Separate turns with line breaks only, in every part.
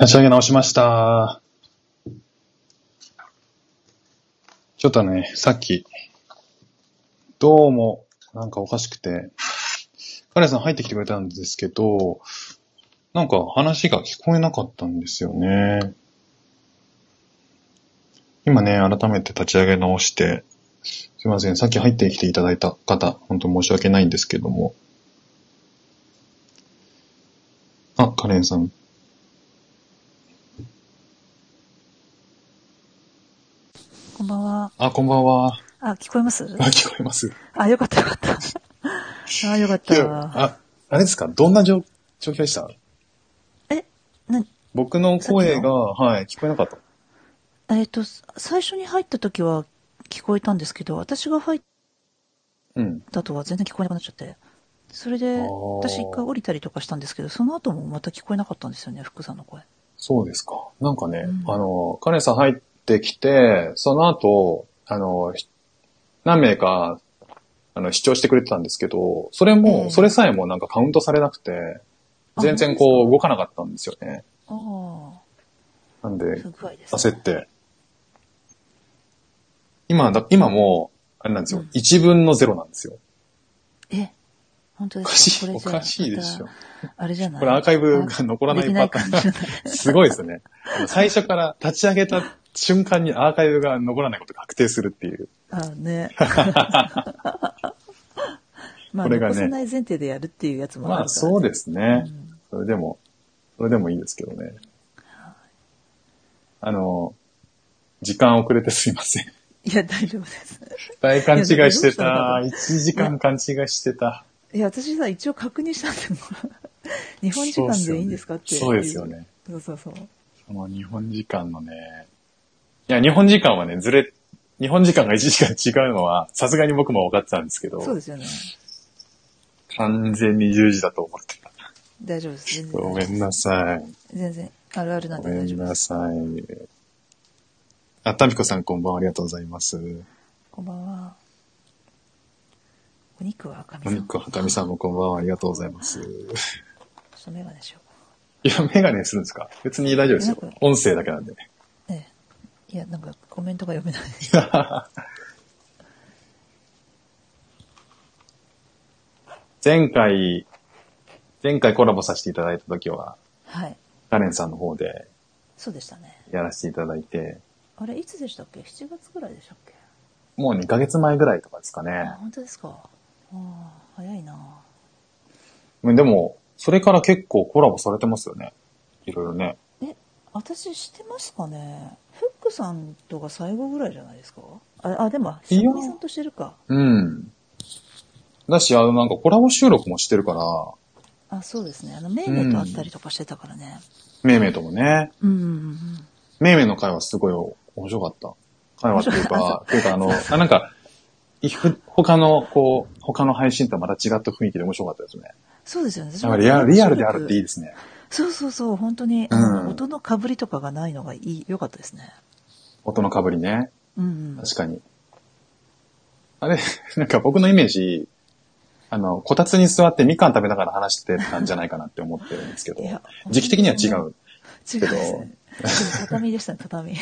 立ち上げ直しました。ちょっとね、さっき、どうも、なんかおかしくて、カレンさん入ってきてくれたんですけど、なんか話が聞こえなかったんですよね。今ね、改めて立ち上げ直して、すいません、さっき入ってきていただいた方、本当申し訳ないんですけども。あ、カレンさん、
こんばんは。
あ、こんばんは。
あ、聞こえます
あ、聞こえます。
あ、よかったよかった。あ、よかっ
いや
た。
あ、あれですかどんな状状況でした
え、な、
僕の声
さっき
が、はい、聞こえなかった。
えっ、と、さ最初に入った時は聞こえたんですけど、私が入っ
うん。
たとは全然聞こえなくなっちゃって。それ
あ
で
ー、
私一回降りたりとかしたんですけど、その後もまた聞こえなかったんですよね、福さんの声。
そうですか。なんかね、
うん
あの、カレンさん入ってきて、その後、あの、ひ何名か、あの、視聴してくれてたんですけど、それも、
ええ
それさえもなんかカウントされなくて、
あ
全然こう動かなかったんですよね。
ああ
なん
ー、
で
不、具合です、
焦って。今だ、今も、あれなんですよ
うん。
1分の0なんですよ。
え、本当
お
で
か
す
し
か
い、お
これじゃ
かしいでしょ。
またあれじゃない
これアーカイブが残らな
でき
い
ない
パタ
か
ーン
もし
が
れない。
すごいですね。あの最初から立ち上げた瞬間にアーカイブが残らないことが確定するっていう。
あ ね。まあ、
これがね
残さない前提でやるっていうやつもある
ま
から、
あそうですね
う。ん
それでも、それでもいいですけどね。あの、時間遅れてすいません。
いや、大丈夫です。
大勘違いして
い
た
や。
1時間勘違いしてた。
いや、私さ、一応確認したんですよ。 日本時
そうっ
間
すよ
で
ね
いいんですかって
そうですよ。ね。
そうそうそう。
その日本時間のね、いや、日本時間はね、ずれ、日本時間が1時間違うのは、さすがに僕も分かってたんですけど、
そうですよね。
完全に10時だと思ってた。
大丈夫です。全然
ごめんなさい。
全然、あるあるなん
ご
で
め
大丈
ん
夫で
な
す。
さい。あ、たみこさんこんばんは、ありがとうございます。
こんばんは。お肉は赤身
お
さん。
肉はたみさんもこんばんは、ありがとうございます。
ちょっとメガネしよう
いや、メガネするんですか別に大丈夫ですよ
いや。
音声だけなんで。
か。ええ。いや、なんかコメントが読めない。
前回、前回コラボさせていただいた時は、
はい。
カレンさんの方で
そうでしたね。
やらせていただいて、
あれ、いつでしたっけ ?7 月ぐらいでしたっけ
もう2ヶ月前ぐらいとかですか
あ
ね。
本当ですか。ああ、早いな。
でも、それから結構コラボされてますよね。いろいろね。
え、私してますかね。フックさんとが最後ぐらいじゃないですか。あ、あでも、
い
ひ
や
ろみさんとしてるか。
うん。だし、あの、なんかコラボ収録もしてるから、
あ、そうですね。あの、メイメイと会ったりとかしてたからね。
めいめいともね、
うん。うんうん
めいめいの会話すごい面白かった。会話っていう か、っていうかあの、あなんか、いふ他の、こう、他の配信とはまた違った雰囲気で面白かったですね。
そうですよね。私
なん
も
かリアリアルであるっていいですね。
そうそうそう、本当に、
うん
あの音のかぶりとかがないのがいい、良かったですね。
音の被りね。
うん、うん。
確かに。あれ、 なんか僕のイメージ、あの、こたつに座ってみかん食べながら話してたんじゃないかなって思ってるんですけど
い、や
時期的には違
違う
う。
で すね。でも畳でしたね、畳。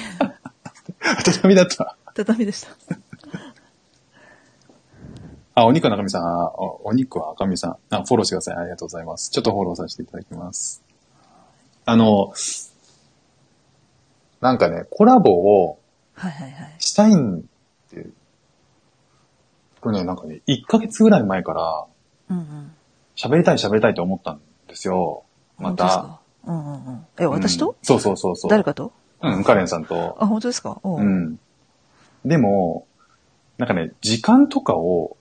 畳だった。
畳でした。
あ、お肉の赤身さん、あおお肉は赤身さんあ、フォローしてください。ありがとうございます。ちょっとフォローさせていただきます。あの、なんかね、コラボを
はいはいはい。
したいんって、これね、なんかね、1ヶ月ぐらい前から
うんうん。
喋りたい喋りたいと思ったんですよ。ま
本当です
た。
か。うんうんうん。え、私と、
うんそうそうそうそう。
誰かと
うん、カレンさんと。
あ、本当ですか。う。
うんん。でも、なんかね、時間とかを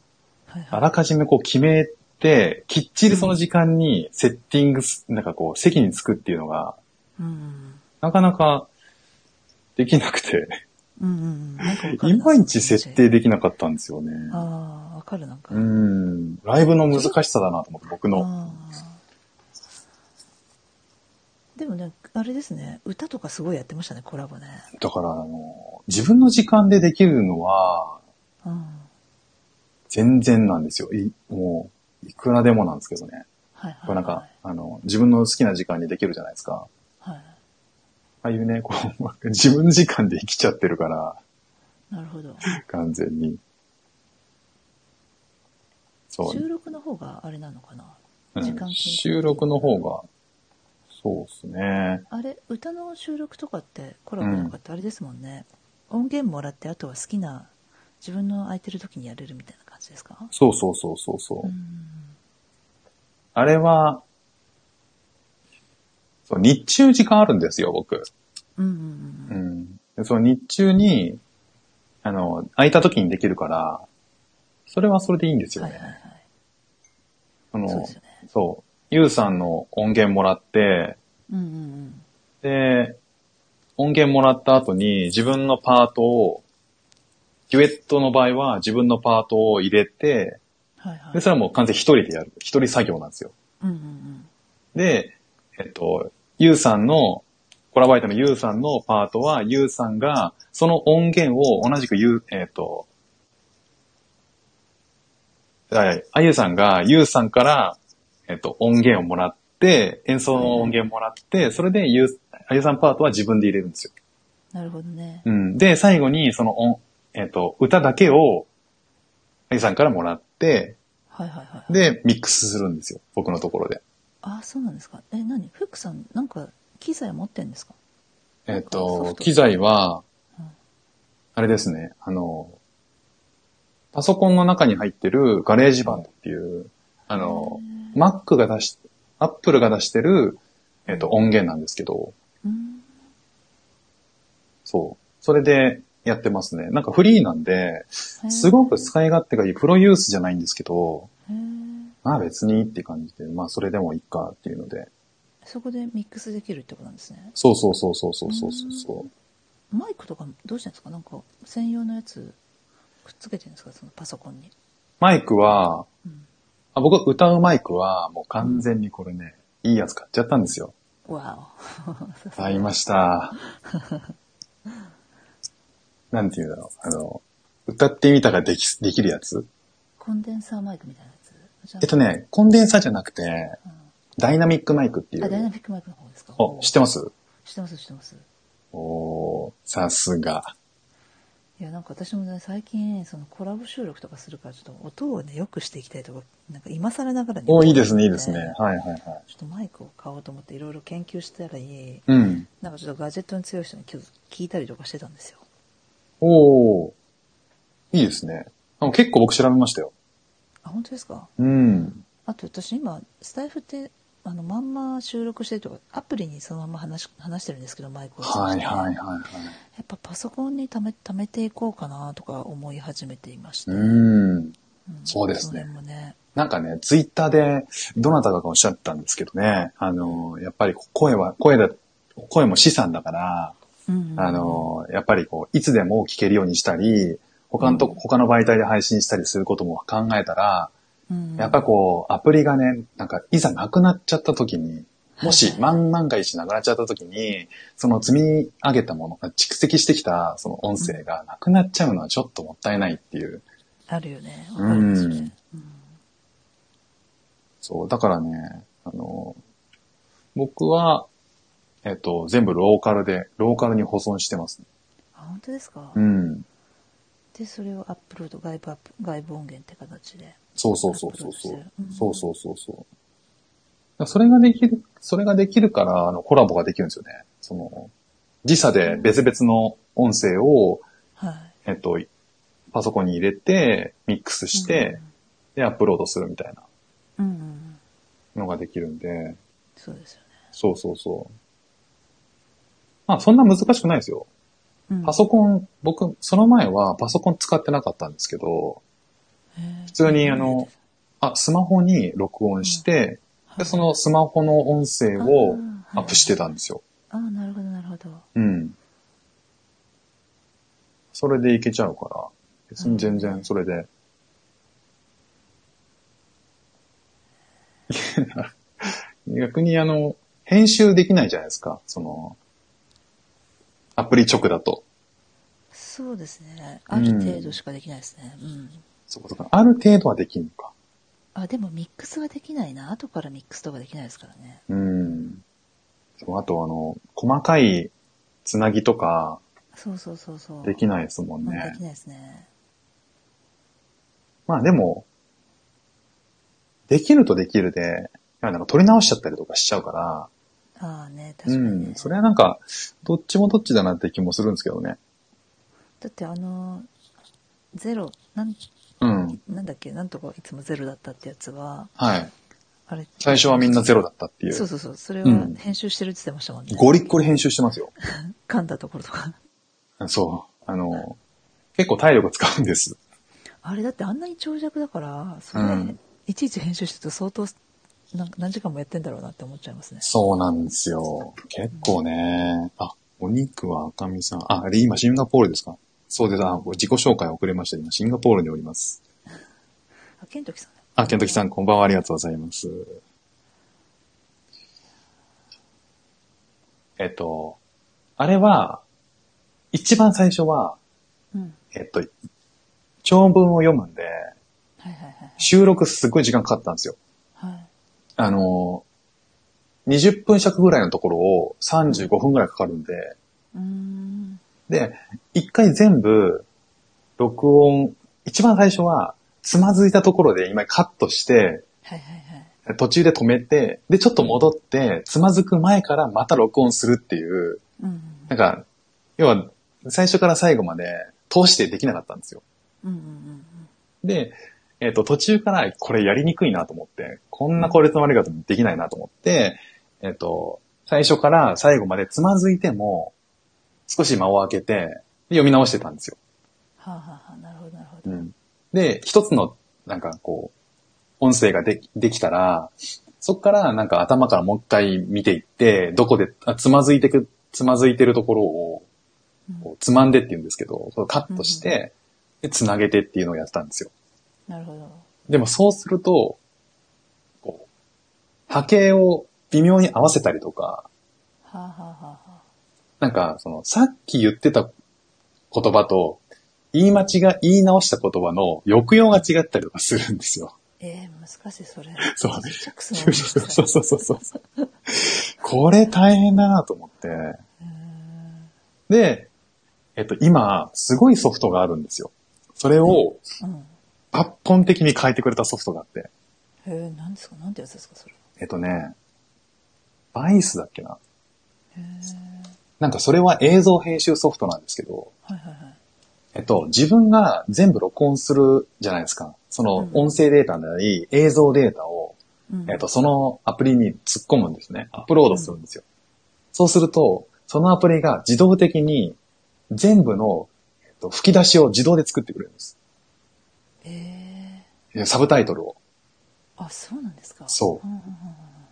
はいはい
あらかじめこう決めて、きっちりその時間にセッティングす、なんかこう、席に着くっていうのが、
うん
なかなかできなく て、
うんうんなんかわか
い
るな
まいち設。定できなかったんですよね。
ああ、わかるなんか。
う
あ
ん。ライブの難しさだなと思って、僕の。
ーでもね、あれですね、歌とかすごいやってましたね、コラボね。
だから、あの、自分の時間でできるのは、
うん。
全然なんですよ。いもう、いくらでもなんですけどね。
はいはい、
これ
はい。
なんか、あの、自分の好きな時間にできるじゃないですか。
はい。
ああいうね、こう、 自分時間で生きちゃってるから、
なるほど。
完全に。そう
収録の方があれなのかな
うん
時間切れ
収録の方が、そうですね。
あれ、歌の収録とかって、コラボとかってあれですもんね。音源もらって、あとは好きな、自分の空いてる時にやれるみたいな感じですか
そうそうそうそうそうう。
ん。
あれは、そう、日中時間あるんですよ、僕。
うんうんう
うんん。でその日中に、あの、空いた時にできるから、それはそれでいいんです
うん。
よ
は
ね。
いはいはい。
その
そうですよね。
そう。ゆうさんの音源もらって、
うんうんうん。
で、音源もらった後に自分のパートを、デュエットの場合は自分のパートを入れて、
はいはい。
で、それはもう完全に一人でやる。一人作業なんですよ。
うんうんうん。
で、えっと、ゆうさんの、コラバイトのゆうさんのパートは、ゆうさんが、その音源を同じくゆう、えっと、ああゆうさんが、ゆうさんから、えっと、音源をもらって、演奏の音源をもらって、それでゆう、あゆうさんパートは自分で入れるんですよ。
なるほどね。
うん。で、最後に、その音、えっと、歌だけを、あゆさんからもらって、
はいはいはい。
で、ミックスするんですよ。僕のところで。
ああ、そうなんですか。え、何フックさん、なんか、機材持ってんですか
えっ
ソフ
と、
ト
機材は
うん、
あれですね、あの、パソコンの中に入ってるガレージバンドっていう、あ
あ
の、、Mac が出し、Apple が出してる、えっと、音源なんですけど、
うん。
そう。それでやってますね。なんかフリーなんで、すごく使い勝手がいい。プロユースじゃないんですけど、
へー
まあ別にっていう感じで、まあそれでもいいかっていうので。
そこでミックスできるってことなんですね。
そうそうそうそうそうそうそう。
マイクとかどうしてんですかなんか、専用のやつ、くっつけてるんですかそのパソコンに。
マイクは、
うん。
あ僕は歌うマイクは、もう完全にこれね、いいやつ買っちゃったんですよ。
わお。
買いました。なんていうんだろう。あの、歌ってみたができ、できるやつ
コンデンサーマイクみたいなやつじゃあ
えっとね、コンデンサーじゃなくて、
う
ダイナミックマイクってい
んあ、ダイナ
う。
ミックマイクの方ですか
お、知ってます
知ってます、知ってます。
おー、さすが。
いや、なんか私もね、最近、そのコラボ収録とかするから、ちょっと音をね、よくしていきたいとか、なんか今更ながらに。
おいいですね、いいですね。はいはいはい。
ちょっとマイクを買おうと思っていろいろ研究したらいい、
うん。
なんかちょっとガジェットに強い人に今日聞いたりとかしてたんですよ。
おー、いいですね。あ結構僕調べましたよ。
あ、本当ですか
うん。
あと私今、スタイフって、あの、まんま収録してるとか、アプリにそのまま話し、話してるんですけど、マイクを使っ
は
て。
いはいはい
や
はい。
っぱパソコンにため、貯めていこうかなとか思い始めていまして。
うん。
うん
そうですね
その辺もね。
なんかね、ツイッターで、どなたかがおっしゃったんですけどね、あの、やっぱり声は、声だ、声も資産だから、
うんうん
あ、の、やっぱりこう、いつでも聞けるようにしたり、他のとこ、他の媒体で配信したりすることも考えたら、
うん
やっぱこう、アプリがね、なんか、いざなくなっちゃった時に、もし
はい
万万が一なくなっちゃった時に、その積み上げたもの、蓄積してきたその音声がなくなっちゃうのはちょっともったいないっていう。
あるよね。わかりますね。
そう、だからね、あの、僕は、えっと、全部ローカルで、ローカルに保存してます、
あ、本当ですか、
うん。
で、それをアップロード、外部アップ、外部音源って形で。
そうそうそうそうそ
ア
う
ップロードしてるうん。
そうそうそうそう。だからそれができる、それができるから、あの、コラボができるんですよね。その、時差で別々の音声を、
はい。
えっと、パソコンに入れて、ミックスして、で、アップロードするみたいな
うんうんうん、うんうんうん。
のができるんで、
そうですよね。
そうそうそう。まあ、そんな難しくないですよ。
うん
パソコン、僕、その前はパソコン使ってなかったんですけど、
普
通にあの、あ、スマホに録音して、で、そのスマホの音声をアップしてたん
す。
ですよ。
あーはいあー、なるほど、なるほど。
うん。それでいけちゃうから、別に全然それで。逆にあの、編集できないじゃないですか、その、アプリ直だと。
そうですね。ある程度しかできないですね。うん。
そこそこ。ある程度はできるのか。
あ、でもミックスはできないな。後からミックスとかできないですからね。
うん。そうあと、あの、細かいつなぎとか
そうそうそうそう。
できないですもん
まあで
ね
き。ないですね。
まあでも、できるとできるで、いやなんか取り直しちゃったりとかしちゃうから、
ああね、
う
確かに、ね
ん、それはなんか、どっちもどっちだなって気もするんですけどね。
だってあの、ゼロ、なん、
うん。
なんだっけ、なんとかいつもゼロだったってやつは、
はい。
あれ、
最初はみんなゼロだったってい
そう
う。
そうそう、それ
う
は
ん
編集してるって言ってましたもんね。
ゴリッゴリ編集してますよ。
噛んだところとか。
そう。あの、結構体力使うんです。
あれだってあんなに長尺だから、それ、
うん
いちいち編集してると相当なん何時間もやってんだろうなって思っちゃいますね。
そうなんですよ。結構ね。あ、お肉は赤身さん。あ、あれ今シンガポールですかそうです。あ、自己紹介遅れました。今シンガポールにおります。
あ、ケントキさんね。
あ、ケントキさん、こんばんは。ありがとうございます。えっと、あれは、一番最初は、
うん。
えっと、長文を読むんで、
はいはいはい
収録すごい時間かかったんですよ。
はい。はい。
あの、20分尺ぐらいのところを35分ぐらいかかるんで、
うーん。
で、一回全部、録音、一番最初は、つまずいたところで今カットして、
はいはいはい。
途中で止めて、で、ちょっと戻って、つまずく前からまた録音するっていう、
うん。
なんか、要は、最初から最後まで通してできなかったんですよ。
うんうんうん
で、えっ、と、途中からこれやりにくいなと思って、こんな効率の悪いことできないなと思って、えっ、と、最初から最後までつまずいても、少し間を空けて、で読み直してたんですよ。
はあ、はあはあ、なるほどなるほ
う
ど。
ん。で、一つの、なんかこう、音声ができできたら、そこからなんか頭からもう一回見ていって、どこで、あつまずいてく、つまずいてるところを、
うん
こうつまんでって言うんですけど、それをカットして、で、つなげてっていうのをやってたんですよ。
なるほど。
でもそうすると、こう、波形を微妙に合わせたりとか、
はあ、はあはあはあ、
なんか、その、さっき言ってた言葉と、言い間違い、言い直した言葉の抑揚が違ったりとかするんですよ。
ええ難しいそれ。
そう
チェックする
そ
の
う
難しい
そうそうそうそう。これ大変だなと思って。
うーん
で、えっと、今、すごいソフトがあるんですよ。それを
うん。
抜本的に変えてくれたソフトがあって。
へえ、何ですかなんてやつですかそれ。
えっとね、バイスだっけな。
へえ。
なんかそれは映像編集ソフトなんですけど、
はいはいはい。
えっと、自分が全部録音するじゃないですか。その
うん
音声データなり映像データを、
うん
えっと、そのアプリに突っ込むんですね。アップロードするんですよ。そうすると、そのアプリが自動的に全部の、えっと、吹き出しを自動で作ってくれるんです。
ええ
いやサブタイトルを。
あ、そうなんですか
そうん
んんん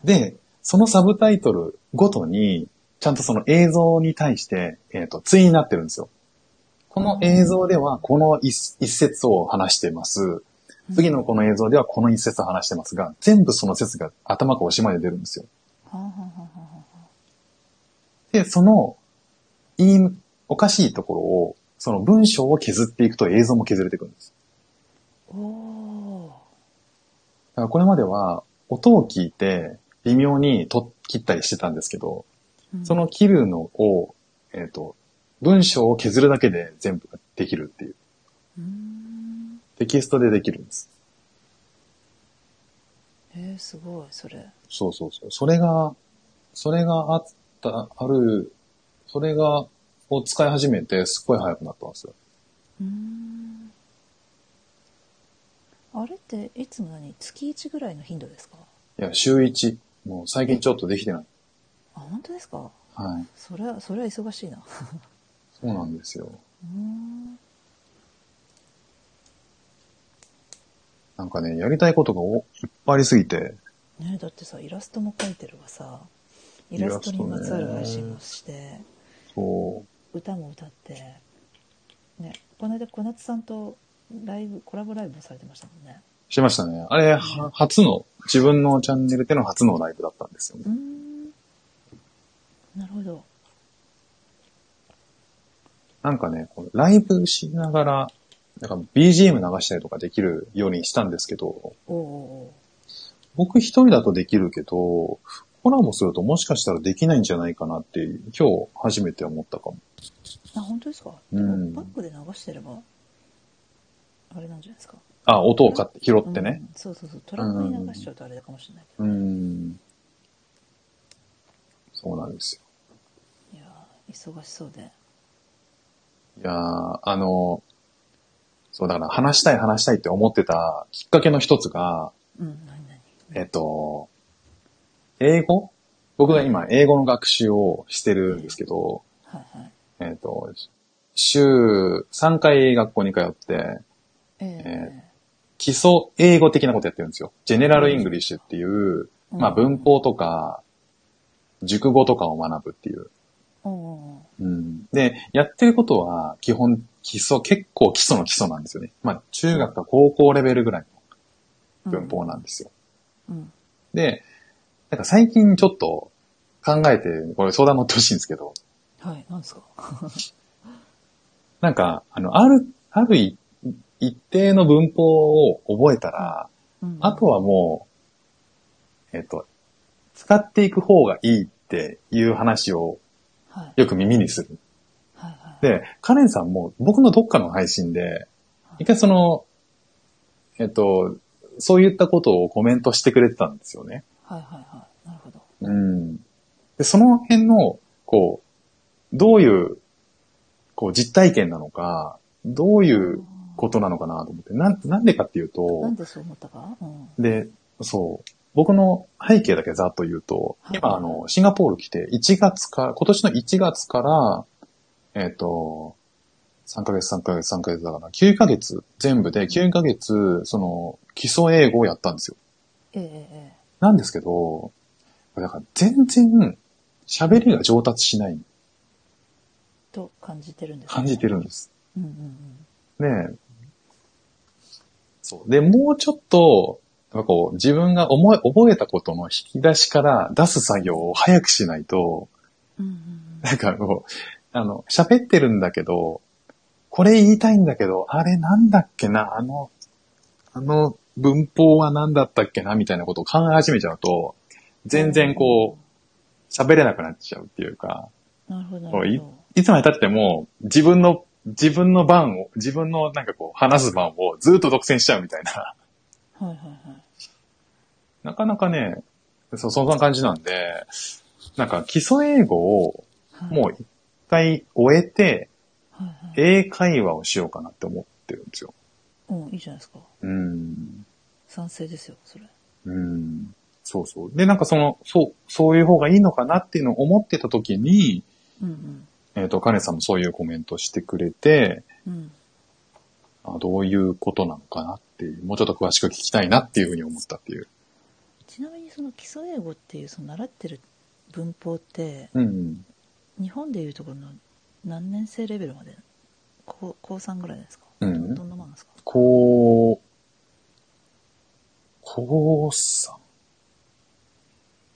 で、そのサブタイトルごとに、ちゃんとその映像に対して、えっ、と、対になってるんですよ。この映像では、この一一節を話してます。
うん
次のこの映像ではこの一節を話してますが、全部その節が頭からおしまいで出るんですよ。
はあはあはあはあはあ
で、その、言い、おかしいところを、その文章を削っていくと映像も削れてくるんです。
おお
だからこれまでは、音を聞いて、微妙にと切ったりしてたんですけど、
ー。
その切るのを、えっ、と、文章を削るだけで全部ができるっていう。
うん。
テキストでできるんです。
えー、すごい、それ。
そうそうそう。それが、それがあった、ある、それが、を使い始めて、すっごい早くなったんですよ。
うん。あれって、いつも何月1ぐらいの頻度ですか
いや、週1。もう最近ちょっとできてない。
あ、本当ですか
はい。
それは、それは忙しいな。
そうなんですよ。
うん。
なんかね、やりたいことがおいっぱいありすぎて、
ねだってさ、イラストも描いてるわさ、イラストにまつわる配信もして、
そう、
歌も歌って、ね、この間小夏さんとライブコラボライブもされてましたもんね
しましたね。あれ、は初の、自分のチャンネルでの初のライブだったんですよね
うー。んなるほど
なんかね、こうライブしながら、なんか BGM 流したりとかできるようにしたんですけど、
おうおうおう
僕一人だとできるけど、コラボするともしかしたらできないんじゃないかなっていう、今日初めて思ったかも。
あ、本当ですか、
う
で
ん
もバックで流してれば、あれなんじゃないですか。
あ、音を買って拾ってね
う。んそうそうそう、トラックに流しちゃうとあれかもしれないけ
うーん。そうなんですよ。
ど。いやー忙しそうで。
いやーあの、そうだから話したい話したいって思ってたきっかけの一つが、
うん、何々。
えっと、英語僕が今英語の学習をしてるんですけど、
はいはい。
えっと、週3回学校に通って、
え
基礎英語的なことやってるんですよ。ジェネラルイングリッシュっていう、
うん
まあ文法とか、熟語とかを学ぶっていう。
えおう
うんで、やってることは基本基礎、結構基礎の基礎なんですよね。まあ中学か高校レベルぐらい
おう
の文法なんですよ。
うん。
で、なんか最近ちょっと考えて、これ相談乗ってほしいんですけど、
はい、なんですか
なんか、あの、ある、あるい一定の文法を覚えたら、
うん
あとはもう、えっと、使っていく方がいいっていう話を
はい。はい
よく耳にする。
はい。
で、カレンさんも僕のどっかの配信で、一回その、えっと、そういったことをコメントしてくれてたんですよね。
はいはいはい。なるほど。
うん。で、その辺の、こう、どういう、こう、実体験なのか、どういうことなのかなと思って、なん、なんでかっていう
な
と
ん、でそう思ったかうん。
で、そう、僕の背景だけざっと言うと、
はい
今、あの、シンガポール来て、1月か、今年の1月から、えっ、と、3ヶ月、3ヶ月、3ヶ月だから、9ヶ月、全部で9ヶ月、その、基礎英語をやったんですよ。
ええええ。
なんですけど、だから全然喋りが上達しない、
と感じてるんですね
感じて。るんです。
うんうんうん。
ねえそう。で、もうちょっと、やっぱこう、自分が思い、覚えたことの引き出しから出す作業を早くしないと、
うんうん
なんかこう、あの、喋ってるんだけど、これ言いたいんだけど、あれなんだっけな、あの、あの文法は何だったっけな、みたいなことを考え始めちゃうと、 全然こう、喋れなくなっちゃうっていうか、
うん。なるほど。
こう
ないるほど
いつまで経っても、自分の、自分の番を、自分のなんかこう、話す番をずっと独占しちゃうみたいな。
はいはいはい。
なかなかね、そう、そんな感じなんで、なんか基礎英語を
はい、
もう一回終えて、
はいはい、
英会話をしようかなって思ってるんですよ。
うん、いいじゃないですか。
うん。
賛成ですよ、それ。
うん。そうそう。で、なんかその、そう、そういう方がいいのかなっていうのを思ってた時に、
うんうん。
えっ、と、カネさんもそういうコメントしてくれて、
うん。
あどういうことなのかなっていう、もうちょっと詳しく聞きたいなっていうふうに思ったっていう。
ちなみにその基礎英語っていうその習ってる文法って
うん。
日本でいうところの何年生レベルまで高高3ぐらいですか、
うん
どどんなもんなんですか
こう、高三。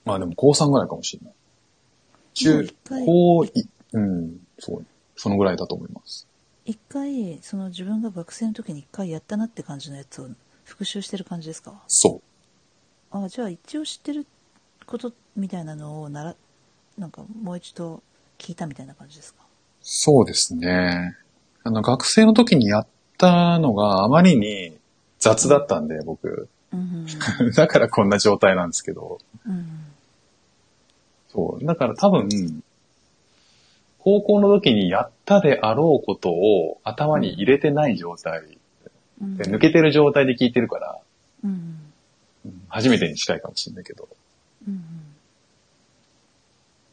まあでも高三ぐらいかもしれない。
も
中
う一、回
高い、うん、そう、そのぐらいだと思います。
一回その自分が学生の時に一回やったなって感じのやつを復習してる感じですか
そ
あじゃあ一応知ってることみたいなのをならなんかもう一度聞いたみたいな感じですか
う。そうですね。あの、学生の時にやったのがあまりに雑だったんで、僕。
うん
だからこんな状態なんですけど。
うん、うん、
そう。だから多分、高校の時にやったであろうことを頭に入れてない状態、
うん
で抜けてる状態で聞いてるから、
うん
うん初めてに近いかもしれないけど。
うんうん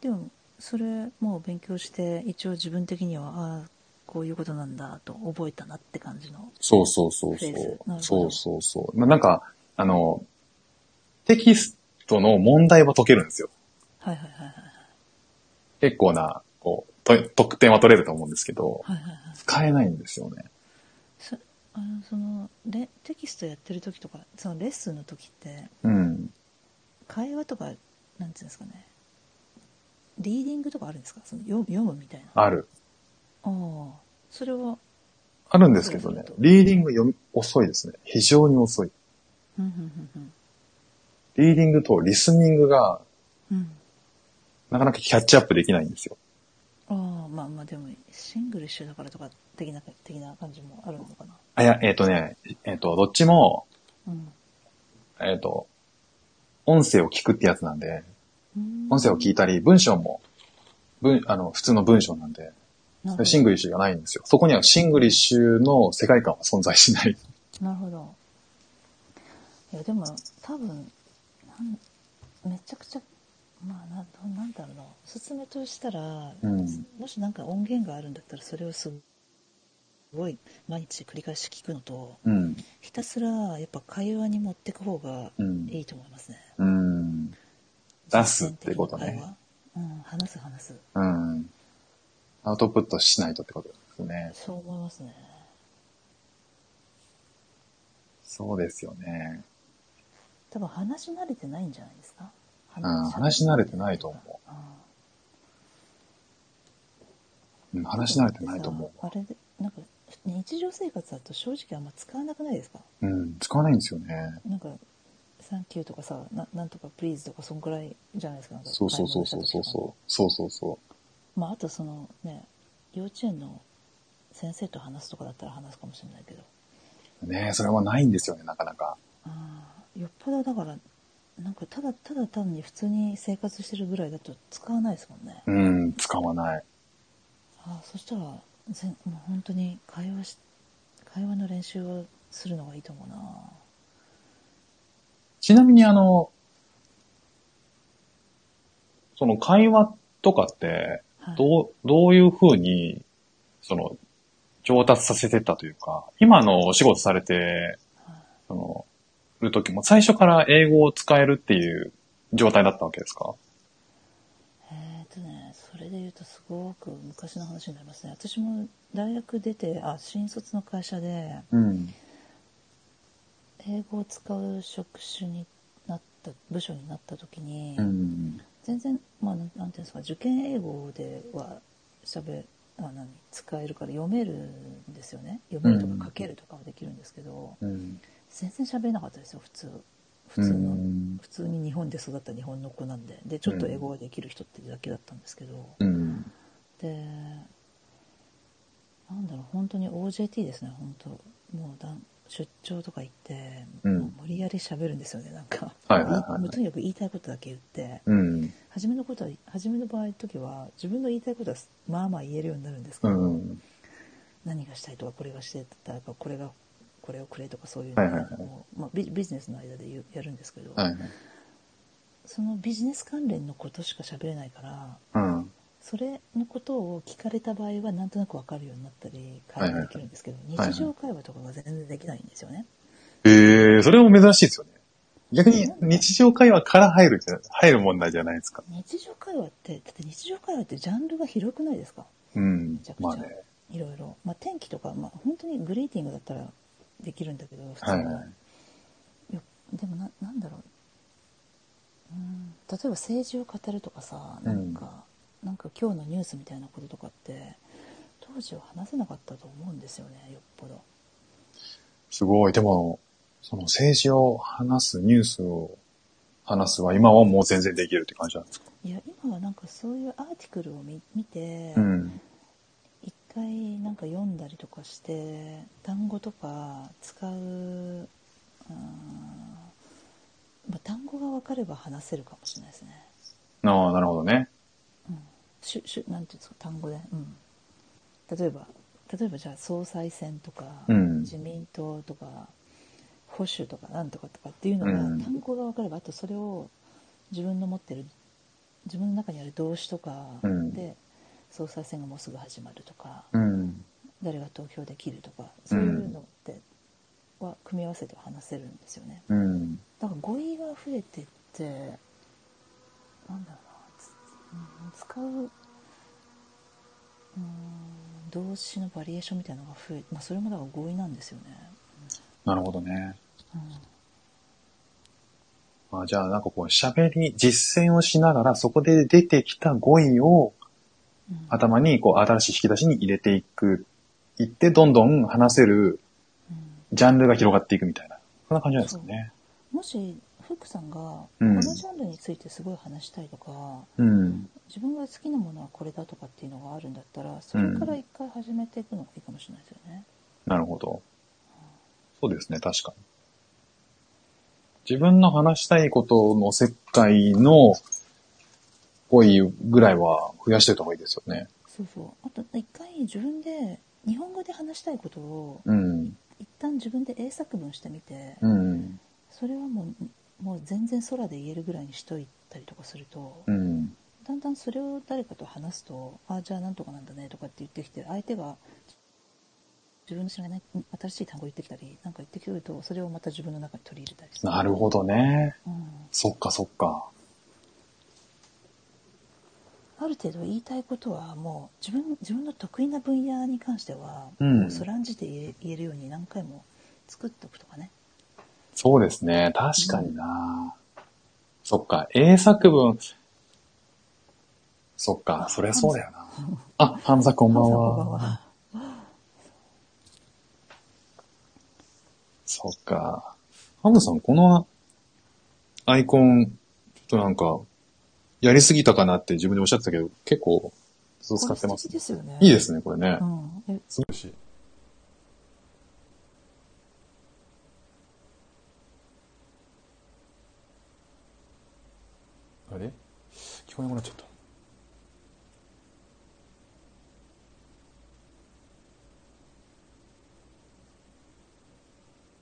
でもそれもう勉強して一応自分的にはああこういうことなんだと覚えたなって感じの
そうそうそう
フ
そ
レーズなるほ
う。
ど
そうそうそう。ななんか、あの、テキストの問題は解けるんですよ。
はいはいはい
結構な、こう、と得点は取れると思うんですけど、
はいはいはいはい
使えないんですよね。
そあのそのレテキストやってる時とかそのレッスンの時って
うん。
会話とかなんていうんですかねリーディングとかあるんですかその読読むみたいなあ
ある。
あそれは
あるんですけどね
そうそう。
リーディング読み、遅いですね。非常に遅い。
うんうんうん
リーディングとリスニングが
うん。
なかなかキャッチアップできないんですよ。
ああ、まあまあでも、シングル一緒だからとか、的な、的な感じもあるのかな。
あ、いや、えっ、とね、えっ、と、どっちも、
うん。
えっ、と、音声を聞くってやつなんで、
うん
音声を聞いたり、文章も、文、あの、普通の文章なんで、
なる
シングリッシュがないんですよ。そこにはシングリッシュの世界観は存在しない。
なるほど。いや、でも、多分、なん、めちゃくちゃ、まあ、なんどうなんだろうな。おすすめとしたら、
うん
もしなんか音源があるんだったら、それをすごい毎日繰り返し聞くのと、
うん。
ひたすら、やっぱ会話に持ってく方が
うん。
いいと思いますね。
うん。出すってこと
実践的
ね
な会話。うん、話す話す。
うん。アウトプットしないとってことですね。
そう思いますね。
そうですよね。
多分話し慣れてないんじゃないですか
うん。話し慣れてないと思
う
う。う
ん。
ん。話し慣れてないと思
あれで、なんか、日常生活だと正直あんま使わなくないですか
う。うん。使わないんですよね。
なんか、サンキューとかさ、ななんとかプリーズとかそんくらいじゃないですか。なんか
そうそうそうそうそう
買い物した時とか
そう。そうそうそ
まあ、あとそのね、幼稚園の先生と話すとかだったら話すかもしれないけど、
う。ねえそれはないんですよね、なかなか。
あーよっぽどだから、なんかただただ単に普通に生活してるぐらいだと使わないですもんね。
うん。使わない。
ああそしたらぜんもう本当に会話し会話の練習をするのがいいと思うな
ちなみにあの、その会話とかって、
はい、
どう、どういうふうに、その、上達させてったというか、今のお仕事されて、
はい
その、る時も最初から英語を使えるっていう状態だったわけですか
えー、とねそれで言うとすごく昔の話になりますね私も大学出てあ新卒の会社で
うん。
英語を使う職種になった部署になった時に、
うん。
全然まあなんなんていうんですか受験英語ではしゃべあ何使えるから読めるんですよね読めるとか書けるとかはできるんですけど、
うん。
全然喋れなかったですよ普通普通の、
うん
普通に日本で育った日本の子なんででちょっと英語ができる人ってだけだったんですけど、
うん。
でなんだろう本当に OJT ですね本当もうだん出張とか行って、
うん
もう無理やり喋るんですよねなんか、
はいはいはいはい
もうとにかく言いたいことだけ言って
うん。
初めのことは初めの場合時は自分の言いたいことはまあまあ言えるようになるんですけ
う
ど、
ん。
何がしたいとかこれがしてたらこれがこれをくれとかそういう
はいはいはい
もうまあビビジネスの間で言うやるんですけど、
はいはい。
そのビジネス関連のことしか喋れないか
う
ら
ん。
それのことを聞かれた場合はなんとなく分かるようになったり会話できるんですけど、
はいはい
日常会話とかが全然できないんですよね。
ええそれも珍しいですよね。逆に日常会話から入るじゃ、入る問題じゃないですか。
日常会話ってだって日常会話ってジャンルが広くないですか
うん
めちゃ。くちゃ、
まあね。
いろいろ、まあ、天気とか、まあ、本当にグリーティングだったらできるんだけど普通
は
はい
はい。
よでもななんだろううん例えば政治を語るとかさなんか、なんか今日のニュースみたいなこととかって当時は話せなかったと思うんですよねよっぽど
すごい。でも、その政治を話す、ニュースを話すは今はもう全然できるって感じなんですか
いや今はなんかそういうアーティクルを見見て、
ん。
一回なんか読んだりとかして単語とか使ううん、まあ、単語が分かれば話せるかもしれないですね
ああ、なるほどね。
しゅしゅなんていうんですか単語で、うん、例えば例えばじゃあ総裁選とか、
うん
自民党とか保守とかなんとかとかっていうのが、
うん
単語が分かればあとそれを自分の持ってる自分の中にある動詞とかで、
うん
総裁選がもうすぐ始まるとか、
うん。
誰が投票できるとかそういうのっては組み合わせて話せるんですよね。
うん。
だから語彙が増えてってなんだろうなつ、うん、使ううん動詞のバリエーションみたいなのが増えまあ、それもだから語彙なんですよね。
なるほどね。
うん
ああじゃあなんかこう喋り、実践をしながらそこで出てきた語彙を
うん
頭にこう新しい引き出しに入れていく、いってどんどん話せる
うん
ジャンルが広がっていくみたいな。そんな感じなんですかね。
もしフックさんがこ
うん
のジャンルについてすごい話したいとか、
うん。
自分が好きなものはこれだとかっていうのがあるんだったらそれから一回始めていくのがいいかもしれないですよね。
なるほど。そうですね、確かに。自分の話したいことの接待のいぐらいは増やしてた方がいいですよね。
そうそうあと一回自分で日本語で話したいことを
うん。
一旦自分で英作文してみて、
うん。
それはもうもう全然空で言えるぐらいにしといたりとかすると、
うん。
だんだんそれを誰かと話すと「あじゃあなんとかなんだね」とかって言ってきて相手が自分の知らない新しい単語を言ってきたりなんか言ってくるとそれをまた自分の中に取り入れたりする。
なるほどね。
うん
そっかそっか。
ある程度言いたいことはもう自分自分の得意な分野に関しては、
うん
もうそらんじて言え言えるように何回も作っておくとかね
そうですね。確かにな。そっか。英作文。そっか。そりゃそうだよな。あ、ハンザこんばん
ハンさんこんばん
は。
は
そっか。ハムさん、このアイコン、ちょっとなんか、やりすぎたかなって自分でおっしゃってたけど、結構、ずっと使ってます,、
これ素敵ですよね
いいですね、これね
う。んえ
すごいし。あれ聞こえなくなっちゃった。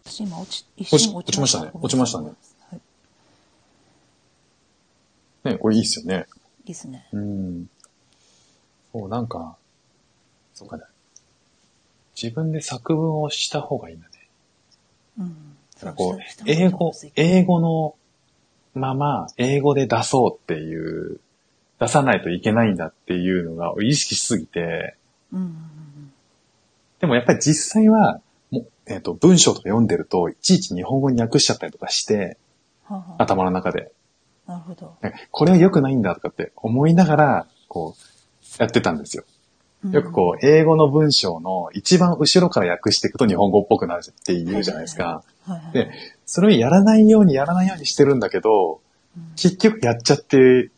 私今落ち一
落ち
瞬落ちました
落ちましたね落ちましたね
はい、
ね、これいいっすよね。
いいですね
うん。そう、なんか、そうかね。自分で作文をした方がいいんだね。
うん
なんかこう
した、
英語、
した
英語のまま、英語で出そうっていう、出さないといけないんだっていうのが意識しすぎて、
うんうんうん
でもやっぱり実際は、もうえっ、と、文章とか読んでると、いちいち日本語に訳しちゃったりとかして、
はあはあ
頭の中で。
なるほど、
なんかこれは良くないんだとかって思いながら、こう、やってたんですよ。よくこう、英語の文章の一番後ろから訳していくと日本語っぽくなるって
うん
言うじゃないですか。
はいはいはい
で、それをやらないようにやらないようにしてるんだけど、
うん
結局やっちゃって、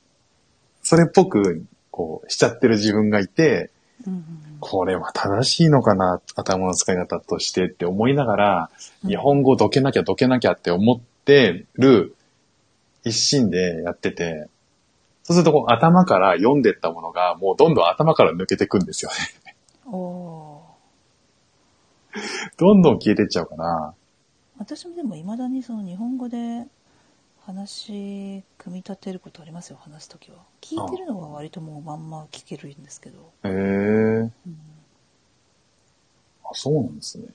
それっぽく、こう、しちゃってる自分がいて、
うんうん
これは正しいのかな、頭の使い方としてって思いながら、
うん
日本語どけなきゃどけなきゃって思ってる一心でやってて、そうするとこう頭から読んでったものが、もうどんどん頭から抜けてくんですよね。
うんおー
どんどん消えてっちゃうから、
私もでもいまだにその日本語で話組み立てることありますよ話す時は聞いてるのは割ともうまんま聞けるんですけど、
へえ
うん
あ、そうなんですね。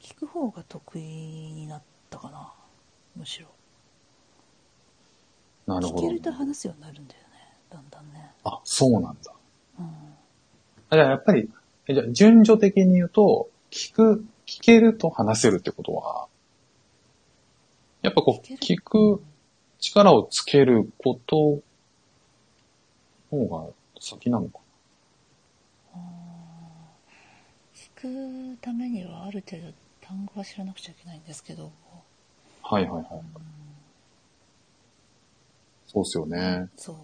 聞く方が得意になったかなむしろ
なるほ
聞
ど。
けると話すようになるんだよねだんだんね、
あ、そうなんだ。
うん、
あじゃあやっぱり、えじゃあ順序的に言うと、聞く、聞けると話せるってことは、やっぱこう、聞く力をつけること、方が先なのか。
聞くためにはある程度単語は知らなくちゃいけないんですけど
はいはいはい。そうっすよね。
そう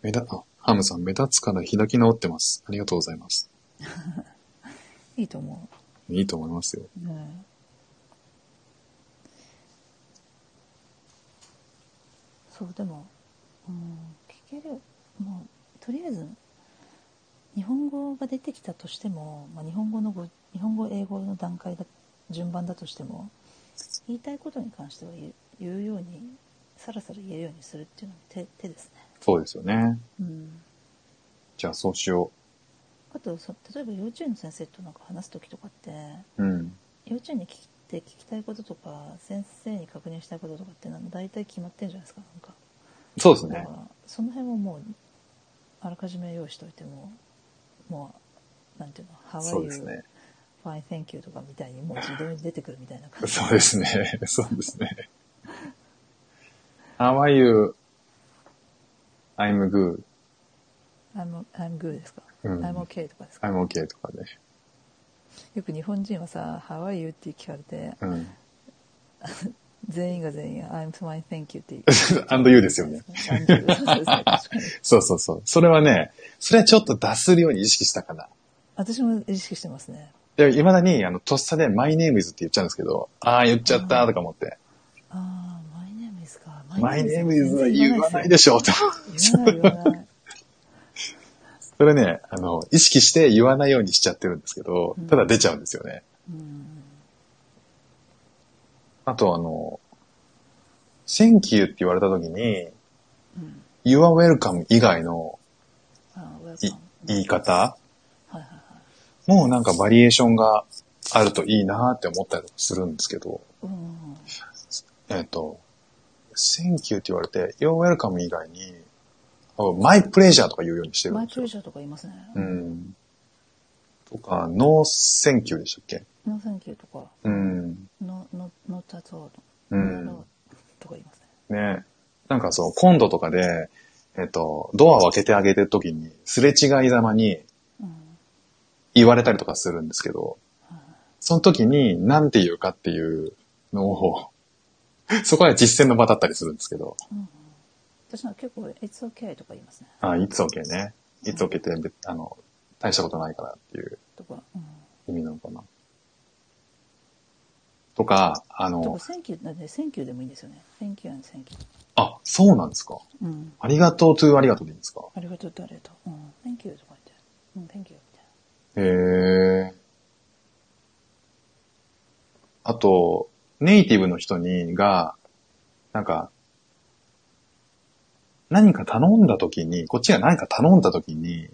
目立、あ、ハムさん、目立つから開き直ってます。ありがとうございます。
いいと思
いいと思いますよ。
う、うん、そうでも、うん、聞けるもうとりあえず日本語が出てきたとしても、まあ、日本語のご日本語英語の段階だ順番だとしても言いたいことに関しては言う言うようにさらさら言えるようにするっていうのも手手ですね、
そうですよね。
うん、
じゃあそうしよ
あとそ例えば幼稚園の先生となんか話す時とかって
う。うん。
幼稚園に聞いて聞きたいこととか先生に確認したいこととかってなん大体決まってんじゃないですかなんか
そうです
だ
ね
か。らその辺をもうあらかじめ用意しておいてももうなんていうの「ハワイ
そう
ユ
です
ー、
ね。
ファイン Thank you」とかみたいにもう自動に出てくるみたいな感じ
そうですね。 そうですね。How are you? I'm good.
「I'm, I'm good」ですか「
うん
I'm okay」とかですか
I'm okay とかね。
よく日本人はさ「How are you?」って聞かれて
うん。
全員が全員「I'm fine thank you」って言う
and you ですよね。
And you そうで すね確かに
そうそうそう。それはね、それはちょっと出するように意識したかな。
私も意識してますね
いや、未だに、あの、とっさで、my name is って言っちゃうんですけど、ああ、言っちゃったとか思って、
ああ My name is か
my name is は
全
言
然
わない
で
でしょ、と。
すよ言わない言わない
それね、あの、意識して言わないようにしちゃってるんですけど
うん、
ただ出ちゃうんですよね。
うん
あと、あの、thank you って言われた時に、
うん
you are welcome 以外の
あー welcome
い言い方、
はいはいはい
もうなんかバリエーションがあるといいなーって思ったりするんですけど、
うん
えっ、と、thank you って言われて、you're welcome 以外に、あ my pleasure とか言うようにしてる
マ
ん
イ
です
プ
よ
レ。ジャーとか言いますね
うん。とか、no thank you でしたっけ
「No thank you」とか
うん。
「No no not at all」
う
ノー
ん。
ノーとか言いますね
ね。なんかそう、今度とかで、えっ、と、ドアを開けてあげてるときに、すれ違いざまに
うん
言われたりとかするんですけど、その時に何て言うかっていうの を、そこは実践の場だったりするんですけど、
うん私なんか結構「It's okay」とか言いますね
あ、いつ OK ね。いつ OK って、べあの、大したことないからっていう
とかうん
意味なのかな。とか、あ
とか「
の、
Thank you」なんで「Thank you」でもいいんですよね「Thank you and thank you
あ、そうなんですか。」
うん
ありがとうというありがとうでいいんですか
ありがとうってありがとう。うん。Thank you とか言って。うん、Thank you みた
へ
い
え。あと、ネイティブの人に、が、なんか、何か頼んだ時に、こっちが何か頼んだ時に、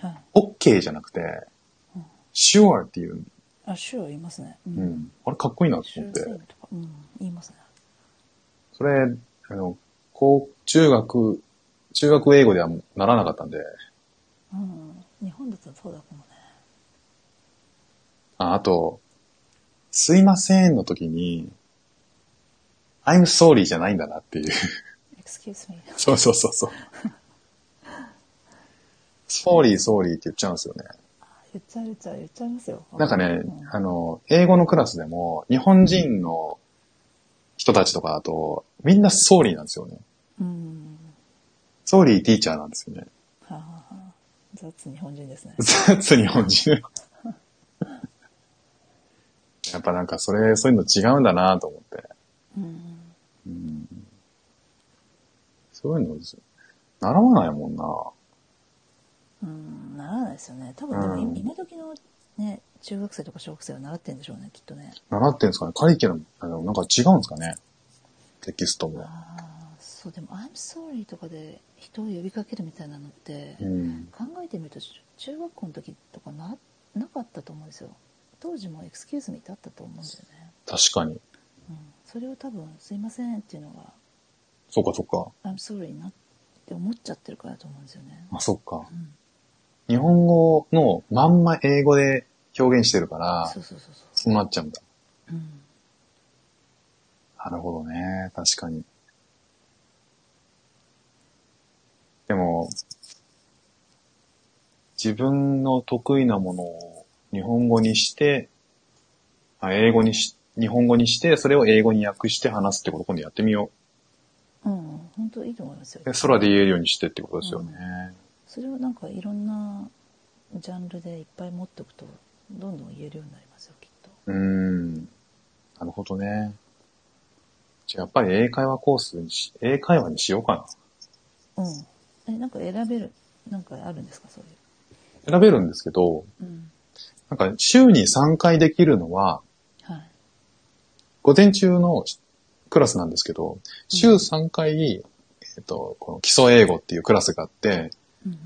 な。はい。
OK じゃなくて
うん、
sure っていう、
あ、sure 言いますね。う
う。ん。あれかっこいいなと思
sure
っ
thing
て。
とか。うん、言いますね。
それ、あの、こう、中学、中学英語ではならなかったんで、
うん。日本だとそうだかもね。
ああと、すいませんの時に、I'm sorry じゃないんだなっていう。
excuse me.
そうそうそうそう。ソーリー、ソーリーって言っちゃうんですよね。
言っちゃう言っちゃう言っちゃいますよ。
なんかね
う、
あの、英語のクラスでも、日本人の人たちとかだと、みんなソーリーなんですよね。
うん。
ソーリーティーチャーなんですよね。
はあはあはあ雑日本人ですね。
つ日本人。やっぱなんかそれ、そういうの違うんだなと思って。
うん。
うんそういうの、習わないもんな。
うん。ならないですよね。多分でも
うん
今時のね、中学生とか小学生は習ってんでしょうね、きっとね。
習ってんですかねカリキュラム、あのなんか違うんですかねテキストも。
ああ、そう、でも I'm sorry とかで人を呼びかけるみたいなのって、
うん。
考えてみると中学校の時とかななかったと思うんですよ当時もエクスキューズミってあったと思うんだよね、
確かに。
うん、それを多分「すいません」っていうのが
そうか、そうか。
「I'm sorry」なって思っちゃってるからだと思うんですよね、
あ、そうか
う。ん、
日本語のまんま英語で表現してるから
そ、うそうそうそ
そうなっちゃうんだ。
う、うん、
なるほどね。確かに。でも、自分の得意なものを日本語にして、あ英語にし、日本語にして、それを英語に訳して話すってこと今度やってみよ
うん、本当いいと思いますよ
う。で空で言えるようにしてってことですよね。
それをなんかいろんなジャンルでいっぱい持っておくとどんどん言えるようになりますよきっと
うーん。なるほどね。じゃあやっぱり英会話コースにし、英会話にしようか
うんえなんか選べるなんかあるんですかそういう
な。選べるんですけど、
うん
なんか週に3回できるのは、
はい
午前中のクラスなんですけど、週3回、えっと、この基礎英語っていうクラスがあって、
うんうん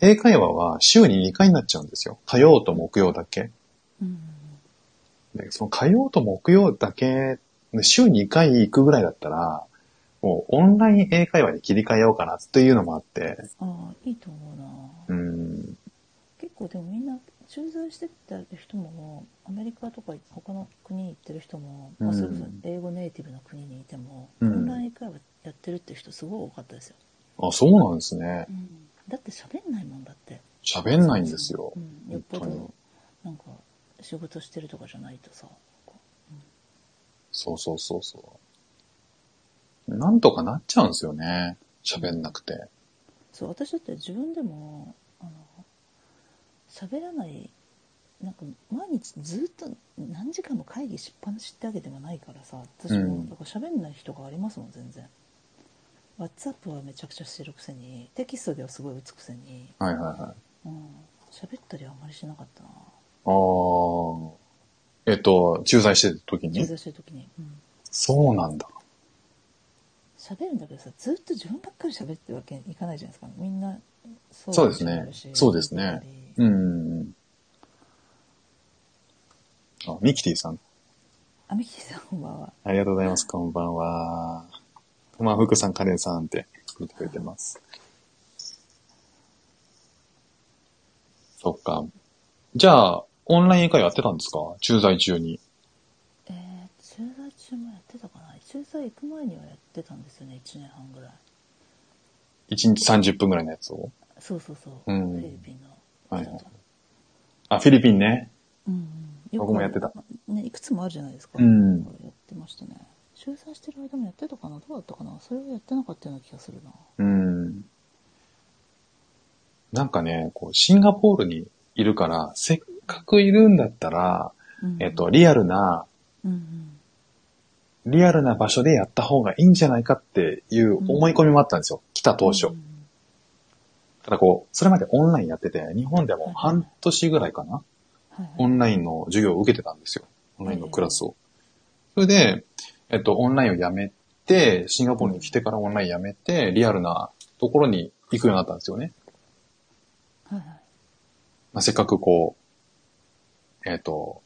英会話は週に2回になっちゃうんですよ。火曜と木曜だけ。
うんうん
で、その火曜と木曜だけ、で週に2回行くぐらいだったら、もうオンライン英会話に切り替えようかなっていうのもあって、
ああいいと思うな
うん、
結構でもみんな駐在してた人もアメリカとか他の国に行ってる人も、まあ、
うん
それこそ英語ネイティブの国にいても、
うん
オンライン会話やってるって人すごい多かったですよ、
あ、そうなんですね。
だって喋んないもんだって
喋んないんですよ
う。ん、よっぽ
本当に
どなんか仕事してるとかじゃないとさこ
そうそうそうそう。なんとかなっちゃうんですよね。喋んなくて。
うそう私だって自分でもあの喋らないなんか毎日ずっと何時間も会議しっぱなしってわけでもないからさ私
う
も
ん
だから喋んない人がありますもん全然。WhatsApp はめちゃくちゃしてるくせにテキストではすごい打つくせに、
はいはいはい。あ
うん、喋ったりはあんまりしなかったな
ー。えっと、駐在してる時
駐
に
在してる時に、うん、
そうなんだ。
喋るんだけどさずっと自分ばっかり喋ってるわけにいかないじゃないですかみんなそ
そうですね
だし
そうですね
やっぱり
うん。あ、ミキティさん。
あみきさんこんばんは
ありがとうございます。こんばんは。まあ、福さん、カレンさんって言ってくれてます。そっか。じゃあ、オンライン英会話やってたんですか駐在中に。
えー、駐在中もやってたかな駐在行く前にはやってたんですよね1年半ぐらい
1日30分ぐらいのやつを。
そうそうそう、
うん
フィリピンの
はい
人と、
あ、フィリピンね。
うんうん、よく
僕もやってた、
ね、いくつもあるじゃないですか、
うん
だからやってましたね駐在してる間もやってたかなどうだったかなそれはやってなかったような気がするな
うん。なんかね、こう、シンガポールにいるから、せっかくいるんだったら、
うん
えっと、リアルな、
うんうん
リアルな場所でやった方がいいんじゃないかっていう思い込みもあったんですよ。来た当初。
うん
ただこう、それまでオンラインやってて、日本でも半年ぐらいかな、
はいはい
オンラインの授業を受けてたんですよ。オンラインのクラスを。それで、えっと、オンラインをやめて、シンガポールに来てからオンラインやめて、リアルなところに行くようになったんですよね。
はいはい
まあ、せっかくこう、えっと、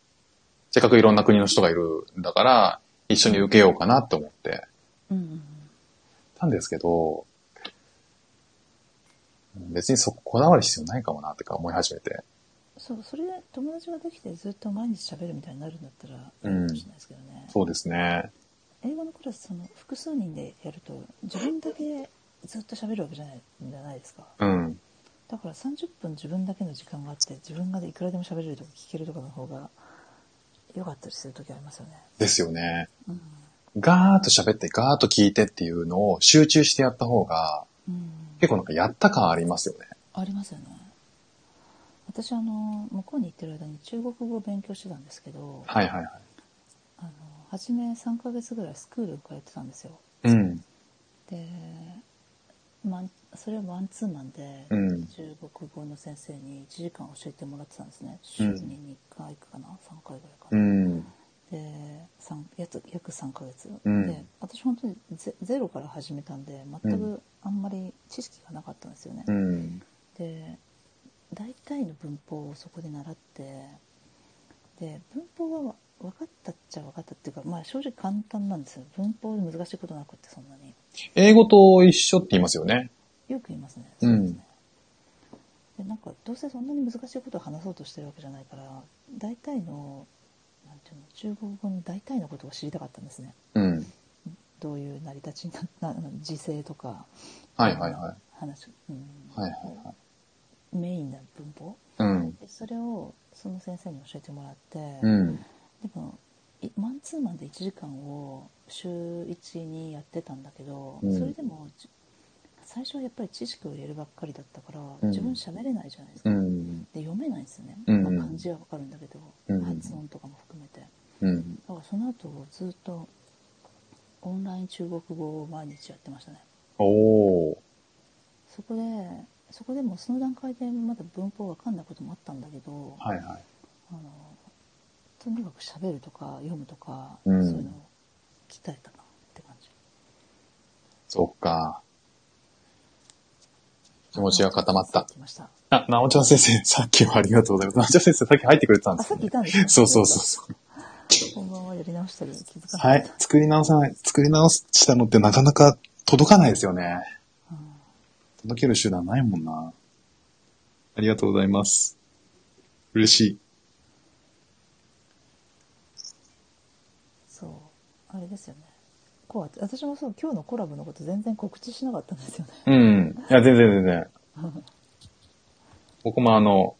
せっかくいろんな国の人がいるんだから、一緒に受けようかなって思って。
うんうんうん
ったんですけど、別にそここだわる必要ないかもなってか思い始めて。
そうそれで友達ができてずっと毎日喋るみたいになるんだったら
うん
いいかもしれないですけどね、
そうですね。
英語のクラスその複数人でやると自分だけずっと喋るわけじゃないじゃないですか
うん。
だから30分自分だけの時間があって自分がいくらでも喋れるとか聞けるとかの方が良かったりする時ありますよね、
ですよね。
うん
ガーッと喋ってガーッと聞いてっていうのを集中してやった方が、
うん、
結構なんかやった感ありますよね。
ありますよね私あの向こうに行ってる間に中国語を勉強してたんですけど、
はいはいはい。
あの初め3ヶ月ぐらいスクール通ってたんですよ
うん。
で、マンそれはマンツーマンで、
うん
中国語の先生に1時間教えてもらってたんですね週に2回かな、3回ぐらいか
う
な、
ん。
で三約約3ヶ月、
うん
で私本当にゼゼロから始めたんで全
う
くあんまり知識がなかったんですよね、
うん。
で大体の文法をそこで習ってで文法は分かったっちゃ分かったっていうかまあ正直簡単なんですよ文法で難しいことなくってそんなに
英語と一緒って言いますよね。
よく言いますね。
うん
そうですねでなんかどうせそんなに難しいことを話そうとしてるわけじゃないから大体のなんていうの中国語の大体のことを知りたかったんですね
うん。ど
どういう成り立ちになな時勢とか
はいはいは
話、うん
い。はいはいはい。
メインな文法
うん。
でそれをその先生に教えてもらって、
うん。
でもいマンツーマンで1時間を週1にやってたんだけど、
うん
それでもじ最初はやっぱり知識を入れるばっかりだったから、
うん
自分喋れないじゃないです
う
か、
ん。
で読めないんですよね、
うん
まあ、漢字はわかるんだけど、
うん
発音とかも含めてだ
うん。
からその後ずっとオンライン中国語を毎日やってましたね
おー。
そこでそこでもその段階でまだ文法わかんないこともあったんだけど、
はいはい。
あのとにかく喋るとか読むとか、
うん
そういうのを鍛えたなって感じ
そっか。気持ちが固まった。
来ました
あ、なおちゃん先生、さっきはありがとうございます。なおちゃん先生、さっき入ってくれてたん
あ
で
さ
す
っ
よ、
きい
ね。
たんですね
そうそうそうそう。
本番はやり直したり気づかな
はい。作り直さない、作り直したのってなかなか届かないですよね。
うん
届ける手段ないもんな。ありがとうございます。嬉しい。
そうあれですよねこう私もそう今日のコラボのこと全然告知しなかったんですよね
う ん。いや、全然全然。僕もあの、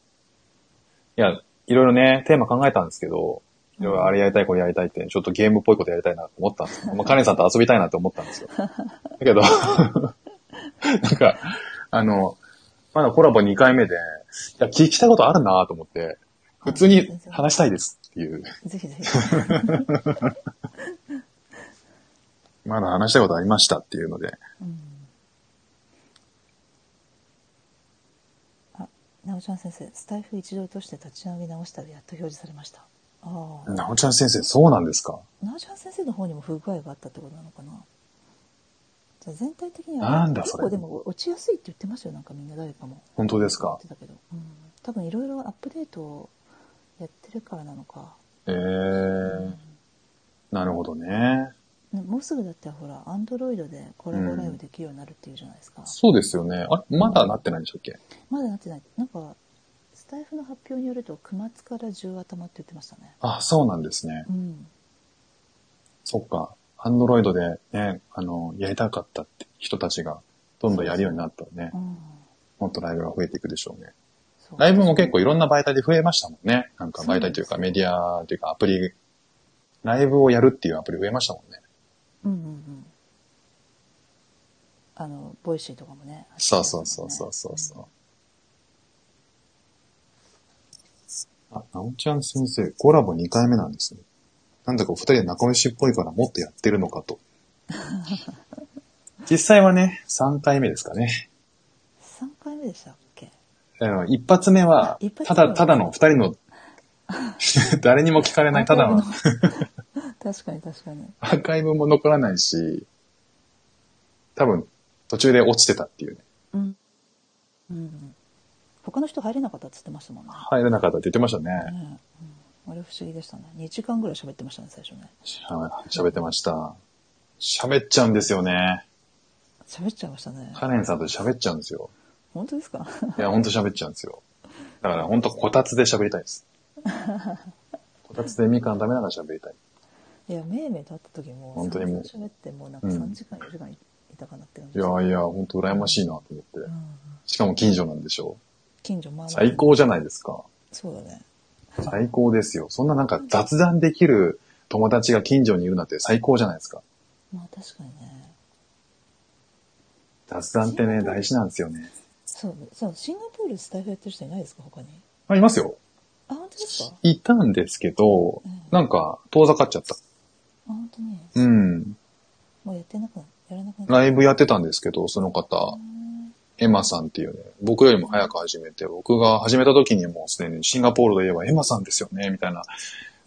いや、いろいろね、テーマ考えたんですけど、いろいろあれやりたい、これやりたいって、ちょっとゲームっぽいことやりたいなと思ったんですけど、まあ、カレンさんと遊びたいなと思ったんですよ。だけど、 なんか、あの、まだコラボ2回目で、いや、聞きたいことあるなと思って、普通に話したいですっていう。
ぜひぜ ひ。
まだ話したいことありましたっていうので。
うん。あ、なおちゃん先生、スタイフ一度落として立ち上げ直したらやっと表示されました。ああ。
なおちゃん先生、そうなんですか
なおちゃん先生の方にも不具合があったってことなのかなじゃあ全体的には
なんだ
結
それ
構でも落ちやすいって言ってましたよ、なんかみんな誰かも。
本当です
言
か
ってたけど。うん。多分いろいろアップデートをやってるからなのか。
ええー、なるほどね。
ねもうすぐだってほら、アンドロイドでコラボライブできるようになるっていうじゃないですか。
そうですよね。あれ、まだなってないんでしたっけ
まだなってない。なんか、スタイフの発表によると、9月から10頭って言ってましたね。
あ、そうなんですね。
うん。
そっか。アンドロイドでね、あの、やりたかったって人たちが、どんどんやるようになったらね
う、ん。
もっとライブが増えていくでしょうね。
そう
ライブも結構いろんな媒体で増えましたもんね。なんか
そう
媒
で
体
す
というかメディアというかアプリ、ライブをやるっていうアプリ増えましたもんね。
うんうんうん。あの、ボイシーとかもね。
そうそうそうそうそうそう。あ、なおちゃん先生、コラボ2回目なんですね。なんだかお二人は仲良しっぽいからもっとやってるの かと。実際はね、3回目ですかね。
3回目でしたっけ
あの一発目は
あ一、発
た
目は
だ、ただの二人 の、誰にも聞かれない、ただ
ア
の
ー、確かに確かに。
アーカイブも残らないし、多分、途中で落ちてたっていうね。
うん。うんうん。他の人入れなかったって言ってましたもんね。
入れなかったって言ってましたね。
ねうん、あれ不思議でしたね。2時間ぐらい喋ってましたね、最初ね。
喋ってました。喋っちゃうんですよね。
喋っちゃいましたね。
カレンさんと喋っちゃうんですよ。
本当ですか
いや、ほんと喋っちゃうんですよ。だからほんとこたつで喋りたいです。こたつでみかん食べながら喋りたい。
いや、めいめいと会った時も、
本当にもう
散々喋って、もうなんか
うん
3時間、4時間いたかなって感じ
い
でした
やいや、ほんと羨ましいなと思っ
う
て。
ん
しかも近所なんでしょ
近所まあまあ
最高じゃないですか。
そうだね。
最高ですよ。そんななんか雑談できる友達が近所にいるなんて最高じゃないですか。
まあ確かにね。
雑談ってね、大事なんですよね。
そう、そう、シンガポールスタイフやってる人いないですか他に。
あ、いますよ。
あ、本当ですか
いたんですけど、なんか遠ざかっちゃった。
あ、本当に。
うん。
もうやってなくな、やらなくなっ
ライブやってたんですけど、その方、エマさんっていうね、僕よりも早く始めて、僕が始めた時にもうすでにシンガポールといえばエマさんですよね、みたいな